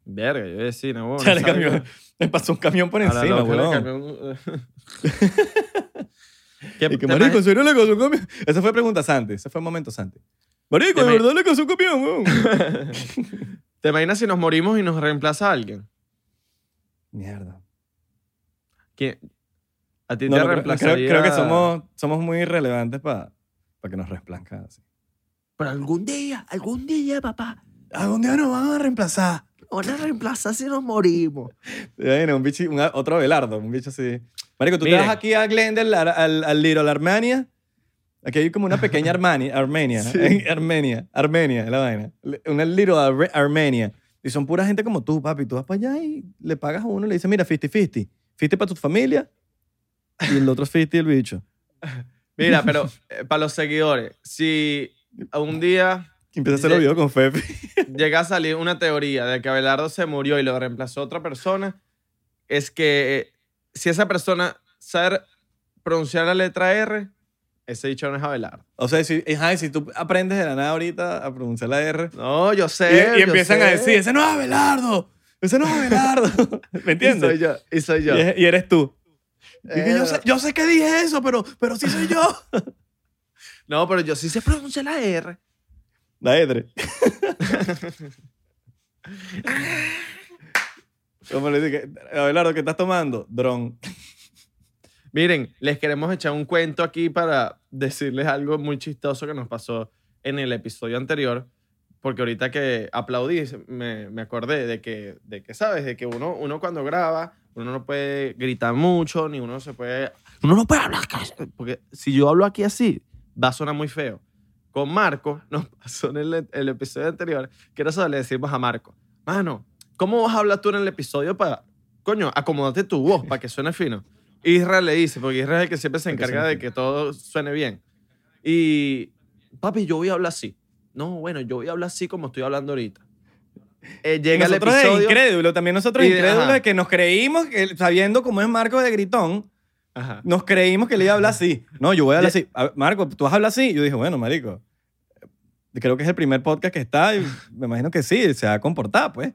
Verga, yo decía, no, O bueno, sea, le, ¿sabe? cambió- le pasó un camión por A la encima, loca le weón. cambió un- Y que, te marico, ¿en imag- serio le pasó un camión? Esa fue pregunta Santi, ese fue un momento Santi. Te Marico, ¿de me- verdad le pasó un camión, weón? ¿Te imaginas si nos morimos y nos reemplaza alguien? Mierda. ¿Quién? A ti No, te no, creo, creo- reemplazaría... creo que somos, somos muy irrelevantes para que nos reemplazcan así. Pero algún día, algún día, papá, Algún día nos van a reemplazar. nos van a reemplazar si nos morimos. Bueno, un bicho, un- otro Abelardo, un bicho así. Marico, tú te Miren. vas aquí a Glendale, al, al, al Little Armenia. Aquí hay como una pequeña Armenia, Armenia, Sí. en Armenia, Armenia, es la vaina. Le- Una Little Ar- Armenia. Y son pura gente como tú, papi. Tú vas para allá y le pagas a uno y le dices, mira, 50-50. 50 para tu familia y el otro 50 el bicho. Mira, pero eh, para los seguidores, si un día Y empieza a hacer los Ye- videos con Fefi. llega a salir una teoría de que Abelardo se murió y lo reemplazó otra persona, es que eh, si esa persona sabe pronunciar la letra R, ese dicho no es Abelardo. O sea, si, ajá, y si tú aprendes de la nada ahorita a pronunciar la R, No, yo Y- sé. Y, yo empiezan a sé. decir, ese no es Abelardo, ese no es Abelardo. ¿Me Y soy entiendes? yo, y soy Y, yo. es- y eres tú. Y que Eh, yo, sé, yo sé que dije eso, pero, pero sí soy yo. No, pero yo sí sé pronunciar la R. La edre. ¿Cómo le dije? Abelardo, ¿qué estás tomando? Dron. Miren, les queremos echar un cuento aquí para decirles algo muy chistoso que nos pasó en el episodio anterior, porque ahorita que aplaudí, me, me acordé de que, de que, ¿sabes? De que uno, uno cuando graba, uno no puede gritar mucho, ni uno se puede... Uno no puede hablar, casi. Porque si yo hablo aquí así, va a sonar muy feo. Con Marco, nos pasó en el, el episodio anterior, que nosotros le decimos a Marco, mano, ¿cómo vas a hablar tú en el episodio para, coño, acomodate tu voz para que suene fino? Israel le dice, porque Israel es el que siempre se Para que encarga suene de fino. que todo suene bien. Y, papi, yo voy a hablar así. No, bueno, yo voy a hablar así como estoy hablando ahorita. Eh, llega el nosotros de episodio. incrédulo, también nosotros Y de- incrédulos ajá. de que nos creímos, que, sabiendo cómo es Marcos de Gritón, Ajá. nos creímos que le iba a hablar así. No, yo voy a hablar Ya- así. A ver, Marco, ¿tú vas a hablar así? Yo dije, bueno, marico, creo que es el primer podcast que está. y me imagino que sí, se va a comportar, pues.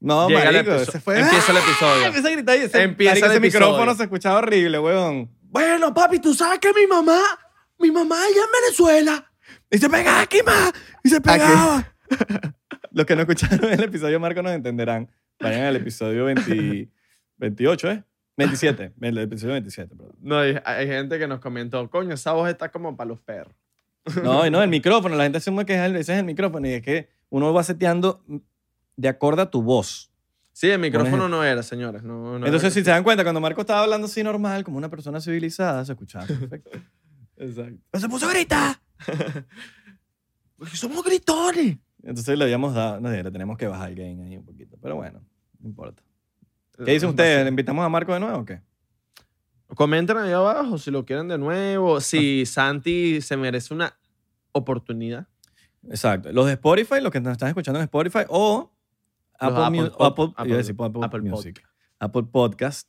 No, Llega el marico, episo- ese fue... Empieza el ¡Ah! episodio. Empieza a gritar y ese, Empieza marico, el ese episodio. micrófono se escuchaba horrible, weón. Bueno, papi, tú sabes que mi mamá, mi mamá ella en Venezuela, y se pegaba aquí más, y se pegaba. Los que no escucharon el episodio Marco nos entenderán. Vayan al episodio 20 28, ¿eh? 27. El episodio 27, perdón. No, hay, hay gente que nos comentó, coño, esa voz está como para los perros. No, y no, el micrófono. La gente asume que es el, ese es el micrófono. Y es que uno va seteando de acuerdo a tu voz. Sí, el micrófono no era, señores. No, no Entonces, si era. se dan cuenta, cuando Marco estaba hablando así normal, como una persona civilizada, se escuchaba perfecto. Exacto. Pero se puso a gritar. Porque somos gritones. Entonces le habíamos dado, no sé, le tenemos que bajar el gain ahí un poquito. Pero bueno, no importa. ¿Qué dicen ustedes? ¿Le invitamos a Marco de nuevo o qué? Comenten ahí abajo si lo quieren de nuevo, Ah. si Santi se merece una oportunidad. Exacto. Los de Spotify, los que nos están escuchando en Spotify, o Los Apple, Mu- Apple Pod- Apple- Apple- iba a decir Apple Apple Music. Apple Podcast.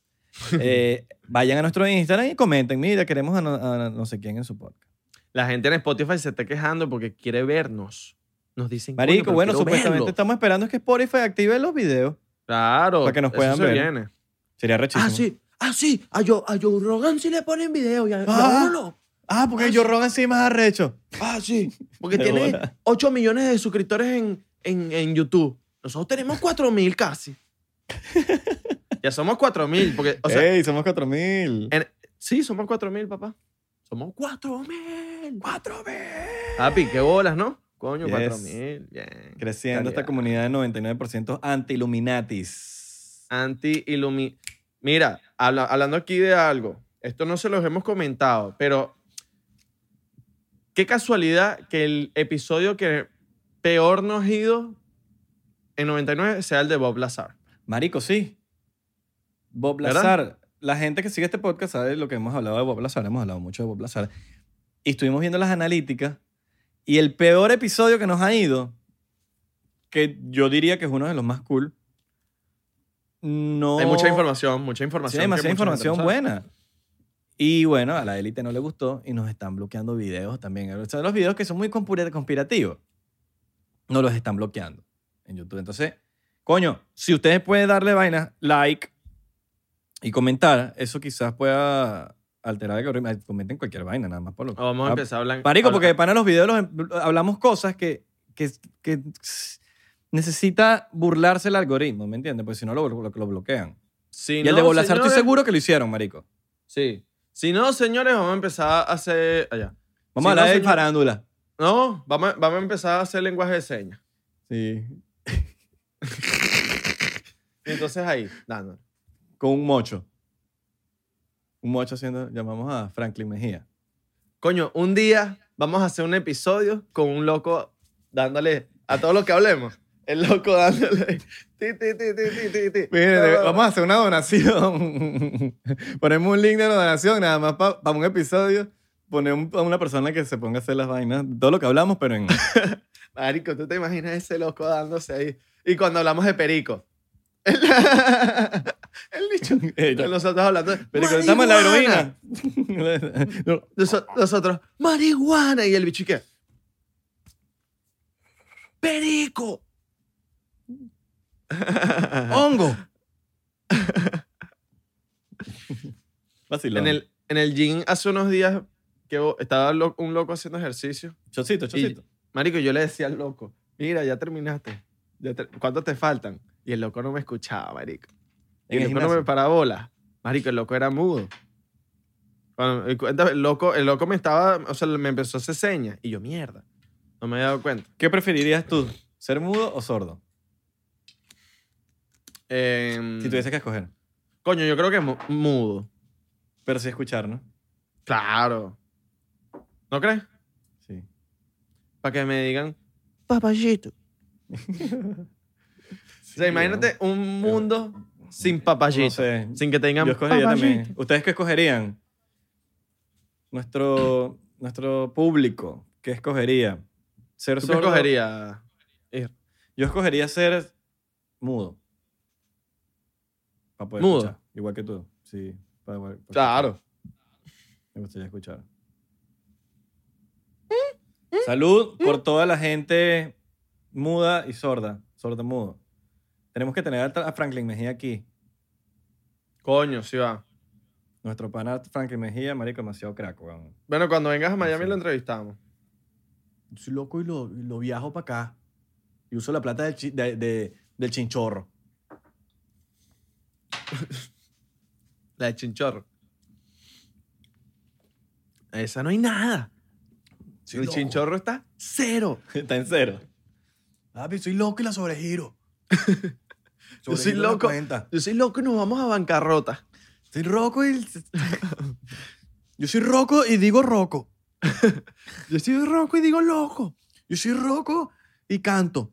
Eh, vayan a nuestro Instagram y comenten, mira, queremos a no, a no sé quién en su podcast. La gente en Spotify se está quejando porque quiere vernos. Nos dicen, "Coño, Marico, pero bueno, quiero supuestamente verlo". estamos esperando es que Spotify active los videos. Claro. para que nos eso puedan se ver. viene. Sería rechísimo. Ah, sí, ah, sí. A Joe, a Joe Rogan sí le ponen video y a, y a Ah. uno no. Ah, Ah, porque yo sí. Rogan sí es más arrecho. Ah, sí. Porque De tiene bola. 8 millones de suscriptores en, en, en YouTube. Nosotros tenemos 4 mil casi. Ya somos 4000, porque o sea, Ey, somos 4000. en- sí, somos 4000, papá. Somos 4 mil. 4 mil. Papi, qué bolas, ¿no? Coño, Yes. 4000, bien. Creciendo esta Calidad. comunidad de 99% anti-Illuminatis. anti ilumi Mira, habla- hablando aquí de algo, esto no se los hemos comentado, pero qué casualidad que el episodio que peor nos ha ido en 99 sea el de Bob Lazar. Marico, sí. Bob ¿Verdad? Lazar. La gente que sigue este podcast sabe lo que hemos hablado de Bob Lazar. Hemos hablado mucho de Bob Lazar. Y estuvimos viendo las analíticas. Y el peor episodio que nos ha ido, que yo diría que es uno de los más cool. No. Hay mucha información, mucha Sí, información. hay que demasiada mucha gente no información sabe. buena. Y bueno, a la élite no le gustó y nos están bloqueando videos también. O sea, los videos que son muy conspira- conspirativos, no los están bloqueando en YouTube. Entonces, coño, si ustedes pueden darle vainas, like y comentar, eso quizás pueda alterar el algoritmo. Ay, Comenten cualquier vaina, nada más por lo Ah, Vamos a Ah, empezar a hablar. Marico, porque de hablar- pana los videos los- hablamos cosas que, que, que necesita burlarse el algoritmo, ¿me entiendes? Porque si no lo, lo, lo bloquean. Si Y el no, de Bolazar, estoy señores- seguro que lo hicieron, marico. Sí. Si no, señores, vamos a empezar a hacer. Allá. Vamos a Sí, no, hablar de señor. farándula. No, vamos a, vamos a empezar a hacer lenguaje de señas. Sí. Y entonces ahí, dando. Con un mocho. Un mocho haciendo... Llamamos a Franklin Mejía. Coño, un día vamos a hacer un episodio con un loco dándole a todo lo que hablemos. El loco dándole. Ti, ti, ti, ti, ti, ti, ti. vamos a hacer una donación. Ponemos un link de la donación nada más para un episodio. Ponemos a una persona que se ponga a hacer las vainas. Todo lo que hablamos, pero en... Marico, ¿tú te imaginas ese loco dándose ahí? Y cuando hablamos de perico. El nicho. Nosotros hablando de Pero cuando marihuana. estamos en la heroína. No, Noso- Nosotros, marihuana. Y el bicho, ¿y qué? Perico. Oh. ¡Hongo! Vacilón. En el, en el gym hace unos días que bo- estaba lo- un loco haciendo ejercicio. Chocito, chocito. Marico, yo le decía al loco, mira, ya terminaste. Ya te- ¿Cuánto te faltan? Y el loco no me escuchaba, marico. Y En el, el loco no me gimnasio. paraba bola. Marico, el loco era mudo. Cuando me di cuenta, el loco, el loco me estaba, o sea, me empezó a hacer señas. Y yo, mierda, no me había dado cuenta. ¿Qué preferirías tú? ¿Ser mudo o sordo? Em, Si tuviese que escoger. Coño, yo creo que mu- mudo. Pero sí escuchar, ¿no? Claro. ¿No crees? Sí. Para que me digan. Papayito. o sea, imagínate un mundo sin papayito. No sé. Sin que tengan Yo escogería también. papayito. ¿Ustedes qué escogerían? Nuestro, nuestro público, ¿qué escogería? ¿Ser ¿Tú qué sordo? escogerías? Yo escogería ser mudo. Para poder Mudo. escuchar. Igual que tú. Sí. para poder- para escuchar. Claro. Me gustaría escuchar. Salud por toda la gente muda y sorda. Sorda mudo. Tenemos que tener a Franklin Mejía aquí. Coño, sí va. Nuestro pana Franklin Mejía, marico, demasiado crack, weón. Bueno, cuando vengas a Miami Sí. lo entrevistamos. Soy loco y lo, y lo viajo para acá. Y uso la plata del, chi- de- de- del chinchorro. La de Chinchorro. Esa no hay nada. el loco. Chinchorro está Cero. Está en cero. Papi, soy loco y la sobregiro. Yo soy Sobregiro la loco. cuenta. Yo soy loco y nos vamos a bancarrota. Soy roco y... Yo soy roco y digo roco. Yo soy roco y digo loco. Yo soy roco y canto.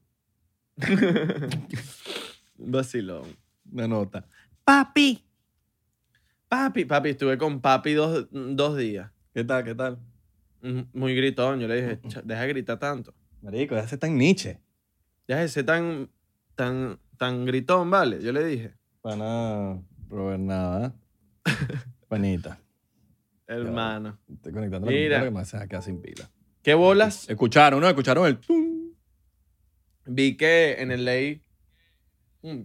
Un Vacilón. Una nota. Papi. Papi, papi, estuve con papi dos, dos días. ¿Qué tal, qué tal? Mm, Muy gritón. Yo le dije, "Cha, deja de gritar tanto. Marico, ya se tan niche. Deja de ser tan, tan, tan gritón, ¿vale? Yo le dije. Pana Robert Nava. Panita. Hermano. Estoy conectando Mira. la computadora que me hace acá sin pila. ¿Qué bolas? Escucharon, ¿no? Escucharon el... tum. Vi que en el ley. Mm.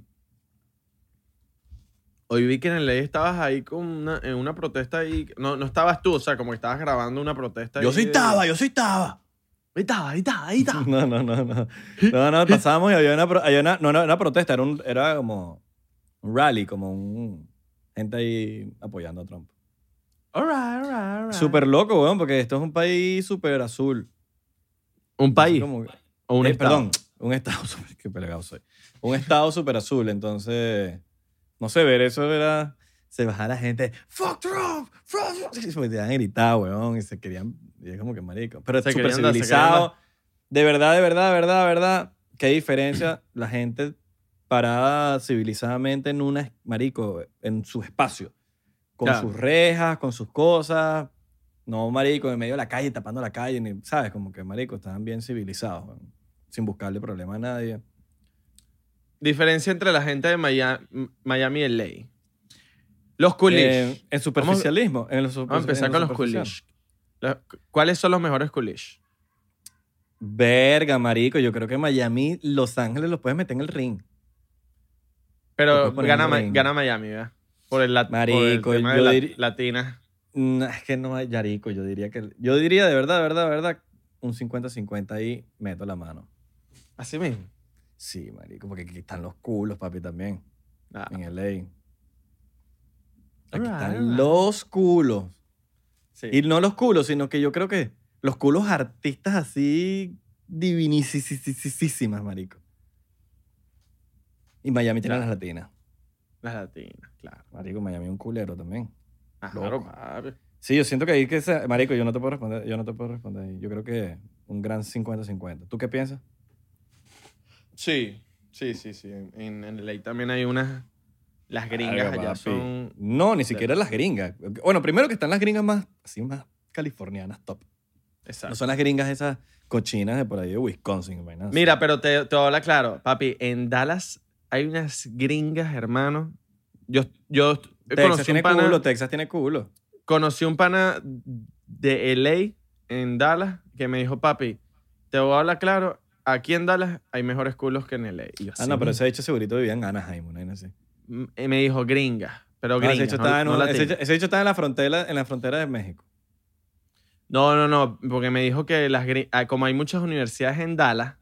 Hoy vi que en el ley estabas ahí con una, en una protesta ahí. No, no estabas tú, o sea, como que estabas grabando una protesta Yo ahí soy de- taba, yo soy taba. Ahí está, ahí está, ahí está. No, no, no, no. No, no, pasamos y había una, pro- había una, no, no, una protesta, era, un, era como un rally, como un, gente ahí apoyando a Trump. All right, all right, all right. Súper loco, weón, porque esto es un país súper azul. Un país. Como- o un eh, estado. Perdón, un estado súper... Qué pelagado soy. Un estado súper azul, entonces... No sé, ver eso era... Se bajaba la gente, ¡Fuck Trump! ¡Fuck Trump! Y se podían gritar, weón, y se querían... Y es como que marico. Pero Se súper querían dar, se civilizado. querían De verdad, de verdad, de verdad, de verdad. Qué diferencia la gente parada civilizadamente en una... es- Marico, en su espacio. Con Claro. sus rejas, con sus cosas. No, marico, en medio de la calle, tapando la calle, ni- ¿sabes? Como que, marico, estaban bien civilizados, weón. sin buscarle problema a nadie. Diferencia entre la gente de Maya- Miami y LA. Los coolish. Eh, en superficialismo. En los Vamos a empezar con los coolish. Los- ¿Cuáles son los mejores coolish? Verga, marico, yo creo que Miami, Los Ángeles los puedes meter en el ring. Lo Pero puedes poner gana, en Ma- ring. gana Miami, ¿verdad? Por el, lat- por el Marico, tema yo de la- dir- latina. No, es que no hay Yarico, yo diría que... Yo diría de verdad, de verdad, de verdad, un 50-50 ahí meto la mano. Así mismo. Sí, marico, porque aquí están los culos, papi, también, Ah, en LA. Aquí Alright, están alright. los culos. sí. Ah. Y no los culos, sino que yo creo que los culos artistas así divinisísimas, marico. Y Miami tiene Ya. las latinas. Las latinas, claro. Marico, Miami es un culero también. Ah, Loco. claro, papi. Sí, yo siento que ahí que... se- marico, yo no te puedo responder. Yo no te puedo responder. ahí. Yo creo que un gran 50-50. ¿Tú qué piensas? Sí, sí, sí, sí. En, en, en LA también hay unas. Las gringas Verga, allá papi. son. No, ni siquiera las gringas. Bueno, primero que están las gringas más... Así más californianas, top. No Exacto. son las gringas esas cochinas de por ahí de Wisconsin. vainas así. Mira, pero te, te habla claro, papi. En Dallas hay unas gringas, hermano. Yo, yo Texas conocí eh, un Eh, tiene pana. culo, Texas tiene culo. conocí un pana de LA en Dallas que me dijo, papi, te voy a hablar claro, aquí en Dallas hay mejores culos que en LA. Y yo, Ah, "Sí". no, pero ese hecho segurito vivía en Anaheim, una vaina así. M- Y me dijo, gringa. Pero No, gringa. ese hecho no, estaba en no un- ese latina". hecho- ese hecho estaba en la frontera, en la frontera de México. no, no, no, porque me dijo que las gri- ah, como hay muchas universidades en Dallas,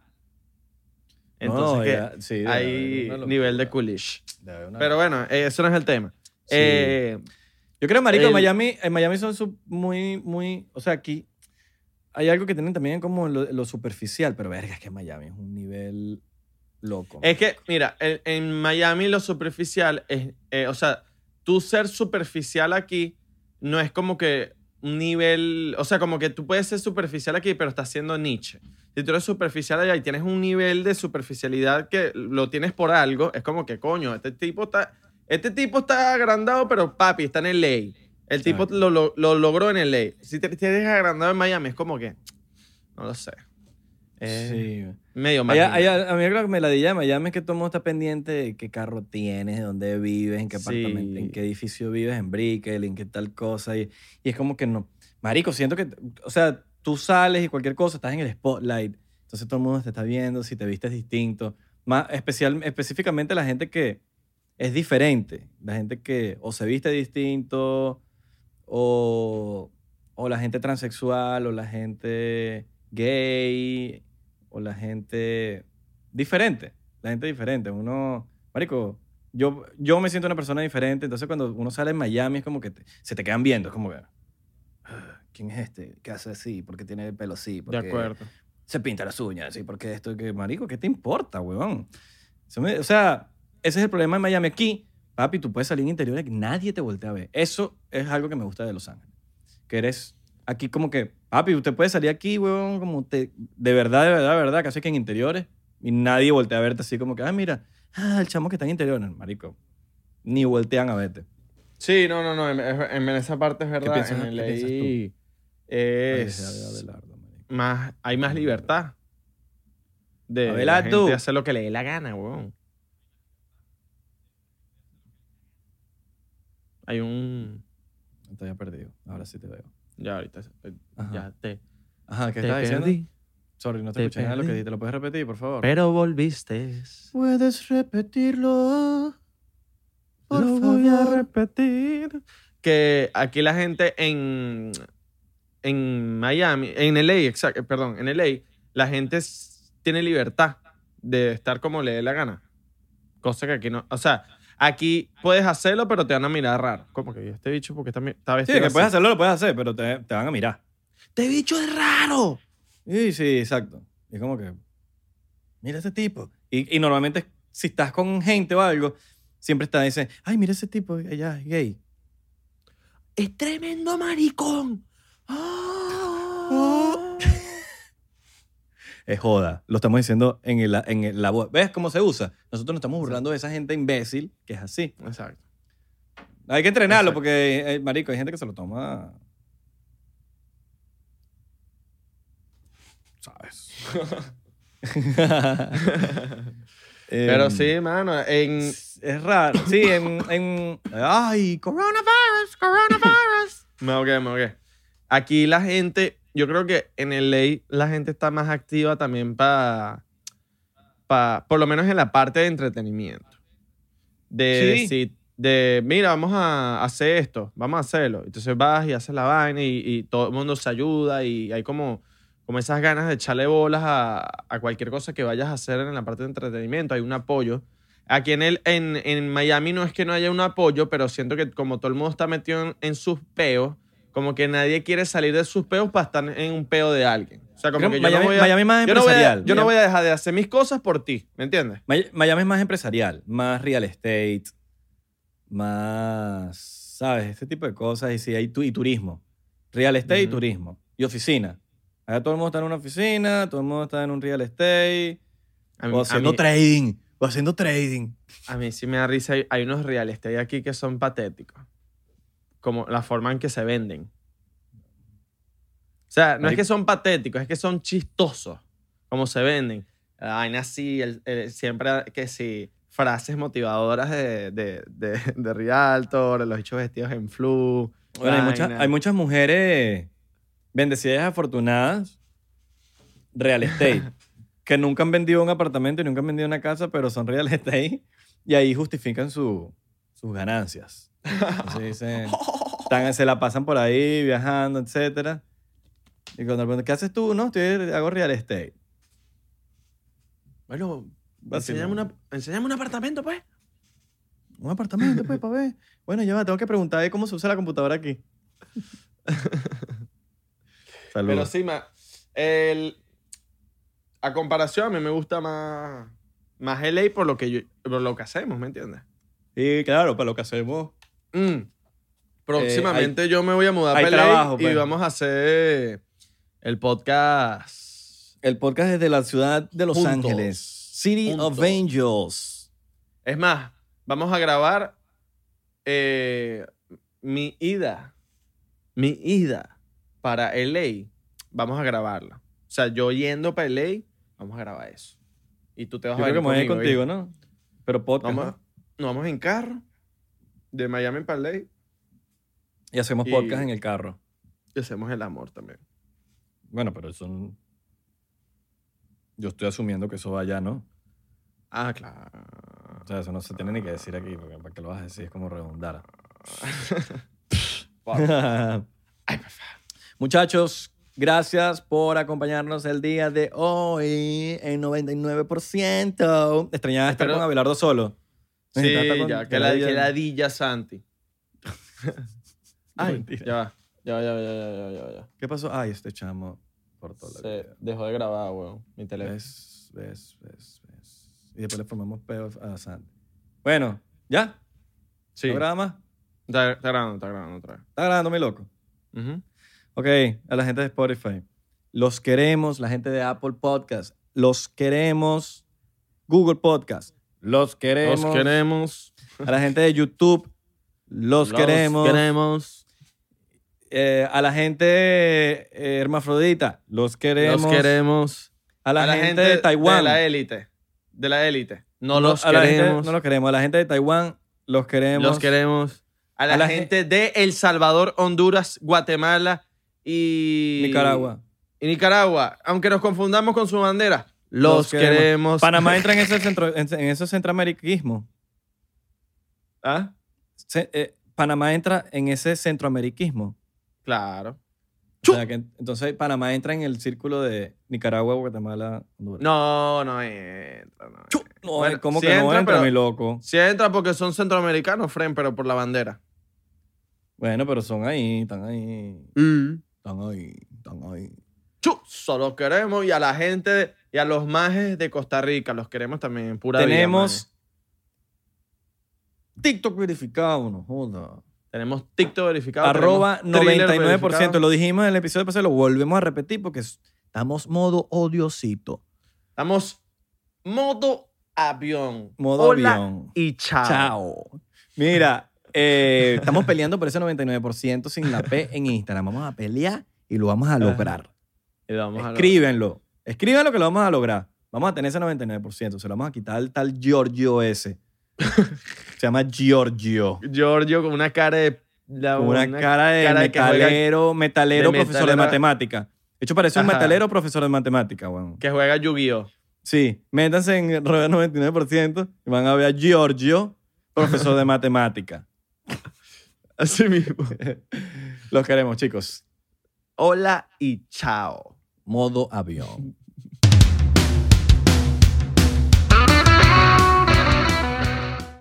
entonces No, que ya, sí, debe hay haber una nivel de locura. coolish. Debe haber una Pero locura. bueno, eh, eso no es el tema. Sí. Eh, yo creo, marico, en el- Miami, en Miami son su- muy, muy, o sea, aquí hay algo que tienen también como lo, lo superficial, pero verga, es que Miami es un nivel loco. Es que, mira, en, en Miami lo superficial es, eh, o sea, tú ser superficial aquí no es como que un nivel, o sea, como que tú puedes ser superficial aquí, pero estás siendo Nietzsche. Si tú eres superficial allá y tienes un nivel de superficialidad que lo tienes por algo, es como que, coño, este tipo está, este tipo está agrandado, pero papi, está en ley. El tipo Exacto. lo, lo- lo logró en el ley. Si te tienes agrandado en Miami, es como que, no lo sé. Es Sí. medio mal. Allá- allá- a mí lo que me la di de Miami es que todo el mundo está pendiente de qué carro tienes, de dónde vives, en qué Sí. apartamento, en qué edificio vives, en Brickell, en qué tal cosa. Y, y es como que no. Marico, siento que, o sea, tú sales y cualquier cosa, estás en el spotlight. Entonces todo el mundo te está viendo, si te vistes distinto. Más especial, específicamente la gente que es diferente. La gente que o se viste distinto, o, o la gente transexual, o la gente gay, o la gente diferente. La gente diferente. Uno, marico, yo, yo me siento una persona diferente. Entonces cuando uno sale en Miami es como que te- se te quedan viendo. Es como que, "Ah, ¿quién es este? ¿Qué hace así? ¿Por qué tiene el pelo así? ¿Por De qué acuerdo. se pinta las uñas? ¿Y por qué esto? que marico? ¿Qué te importa, huevón? Eso me- o sea, ese es el problema en Miami. Aquí, papi, tú puedes salir en interior y nadie te voltea a ver. Eso es algo que me gusta de Los Ángeles. Que eres aquí como que, papi, usted puede salir aquí, huevón, como te, de verdad, de verdad, de verdad, casi que en interiores. Y nadie voltea a verte así como que, ah, mira, ah, el chamo que está en interiores, marico. Ni voltean a verte. Sí, no, no, no. En, en- en esa parte es verdad. piensas- en qué piensas tú? LA Ay, de es Abelardo, marico. más, hay más libertad. De la Abelardo. gente hacer lo que le dé la gana, weón. Hay un... Te había perdido. Ahora sí te veo. Ya ahorita, eh, Ajá. ya te, Ajá, ¿qué te estás diciendo? perdí, Sorry, no te, Te escuché nada de lo que perdí. dijiste. ¿Lo puedes repetir, por favor? pero volviste. Puedes repetirlo. Por Lo voy a favor. repetir. Que aquí la gente en, en Miami, en LA, exacto, perdón, en LA, la gente s- tiene libertad de estar como le dé la gana. Cosa que aquí no. O sea, aquí puedes hacerlo, pero te van a mirar raro. Como que este bicho, porque está, mi- está Sí, vestido. que así?" puedes hacerlo, lo puedes hacer, pero te, te van a mirar. ¡Te bicho es raro! Y sí, exacto. Y como que, mira ese tipo. Y, y normalmente, si estás con gente o algo, siempre está dice, ay, mira ese tipo, ella es gay. ¡Es tremendo maricón! ¡Ah! Es joda. Lo estamos diciendo en, el- en el- la voz. ¿Ves cómo se usa? Nosotros nos estamos burlando de esa gente imbécil que es así. Exacto. Hay que entrenarlo Exacto. porque, eh, marico, hay gente que se lo toma. ¿Sabes? Pero Em, sí, mano, en, Es raro. Sí, en. en- ¡Ay, coronavirus! ¡Coronavirus! Me ahogué, me ahogué. Aquí la gente, yo creo que en el ley la gente está más activa también para, pa, por lo menos en la parte de entretenimiento. De Sí. decir, de mira, vamos a hacer esto, vamos a hacerlo. Entonces vas y haces la vaina y, y todo el mundo se ayuda y hay como, como esas ganas de echarle bolas a, a cualquier cosa que vayas a hacer en la parte de entretenimiento. Hay un apoyo. Aquí en, el, en, en Miami no es que no haya un apoyo, pero siento que como todo el mundo está metido en, en sus peos, como que nadie quiere salir de sus peos para estar en un peo de alguien. O sea, como que Creo yo no Miami, voy a... Miami es más yo no voy a- empresarial. yo no voy a dejar de hacer mis cosas por ti, ¿me entiendes? May- Miami es más empresarial, más real estate, más, ¿sabes? Este tipo de cosas. Y sí, hay tu- y turismo. Real estate y Ujú. turismo. Y oficina. Allá todo el mundo está en una oficina, todo el mundo está en un real estate. A mí, o a haciendo mí- trading. O haciendo trading. a mí sí me da risa, hay, hay unos reales que hay aquí que son patéticos. Como la forma en que se venden. O sea, no es Marico. que son patéticos, es que son chistosos como se venden. La vaina sí, el- el- siempre que sí, frases motivadoras de, de, de, de Rialto, los hechos vestidos en flu. Bueno, hay, muchas, vaina. hay muchas mujeres bendecidas y afortunadas, real estate, que nunca han vendido un apartamento y nunca han vendido una casa, pero son real estate y ahí justifican su- sus ganancias. Entonces dicen, están- se la pasan por ahí viajando, etc. Y cuando le preguntan, ¿qué haces tú? No, estoy, hago real estate. Bueno, Vacilón. enséñame, una, enséñame un apartamento, pues. Un apartamento, pues, para ver. Bueno, ya va, tengo que preguntar eh, cómo se usa la computadora aquí. Saludos. Pero sí, ma- el- a comparación, a mí me gusta más, más LA por lo, que yo- por lo que hacemos, ¿me entiendes? Y claro, para lo que hacemos. Mm. Próximamente yo me voy a mudar Eh, hay para LA trabajo, y pues. vamos a hacer el podcast. El podcast es de la ciudad de Los Juntos. Ángeles. City of Juntos. Angels. Es más, vamos a grabar eh, mi ida. Mi ida para LA. Vamos a grabarla. O sea, yo yendo para LA, vamos a grabar eso. Y tú te vas Yo a venir creo que me voy a ir conmigo, contigo, ¿no? Pero podcast. ¿viste? Nos vamos, ¿no? nos vamos en carro de Miami para LA Y hacemos Y- podcast en el carro. y hacemos el amor también. Bueno, pero eso. n- Yo estoy asumiendo que eso va allá, ¿no? Ah, claro. O sea, eso no se tiene ni que decir aquí, porque para que lo vas a decir es como redundar. Muchachos, gracias por acompañarnos el día de hoy en 99%. Extrañaba estar Espero- con Abelardo solo. Sí, Está con- ya, que la, ya- que la di ya Santi. Ay, Mentira. ya va. Ya va, ya va, ya va, ya va, ya va. ¿Qué pasó? Ay, este chamo cortó la Se vida. dejó de grabar, weón. Mi teléfono. Ves, ves, ves, ves. Y después le formamos peo a Sandy. Bueno, ¿ya? Sí. ¿No Está, graba más? está grabando, está grabando otra vez. Está grabando, mi loco. Ujú. Ok, a la gente de Spotify. Los queremos, la gente de Apple Podcast. Los queremos, Google Podcast. Los queremos. Los queremos. A la gente de YouTube. Los, queremos. queremos. Eh, a la gente eh, hermafrodita. Los queremos. Los queremos. A la, gente, de E. Taiwán. De la élite. De la élite. No, No, los a la gente- queremos. no los queremos. A la gente de Taiwán. Los queremos. Los queremos. A la, A la gente de El Salvador, Honduras, Guatemala y. Nicaragua. Y Nicaragua. Aunque nos confundamos con su bandera. Los, Los queremos. queremos. Panamá entra en ese, centro, en, en ese centroameriquismo. ¿Ah? Se- eh, Panamá entra en ese centroameriquismo. Claro. O sea que en- entonces Panamá entra en el círculo de Nicaragua, Guatemala, Honduras. No, no entra. No. entra. No, Bueno, ¿cómo sí que no entra, entra, pero- mi loco? Sí entra porque son centroamericanos, Fren, pero por la bandera. Bueno, pero son ahí, están ahí, están ahí, están ahí. Chu, Solo queremos y a la gente de- y a los majes de Costa Rica los queremos también. Pura vida, maje. Tenemos TikTok verificado, no joda. Tenemos TikTok verificado. Arroba tenemos Thriller 99%. verificado. Lo dijimos en el episodio pasado, lo volvemos a repetir porque es- estamos modo odiosito. Estamos modo avión. Modo Hola avión. Y chao. Chao. Mira, eh, estamos peleando por ese 99% sin la P en Instagram. Vamos a pelear y lo vamos a lograr. Y vamos a Escríbenlo. Escríbanlo que lo vamos a lograr. Vamos a tener ese 99%. Se lo vamos a quitar al tal Giorgio ese. Se llama Giorgio. Giorgio con una cara de. la- Con una, cara de Ah, cara de que juega- metalero, metalero de profesor de metalero. matemática. De hecho, parece un Ajá. metalero profesor de matemática, weón. Que juega Yu-Gi-Oh! Sí, métanse en Roda 99% y van a ver a Giorgio, profesor de matemática. Así mismo. Los queremos, chicos. Hola y chao. Modo avión.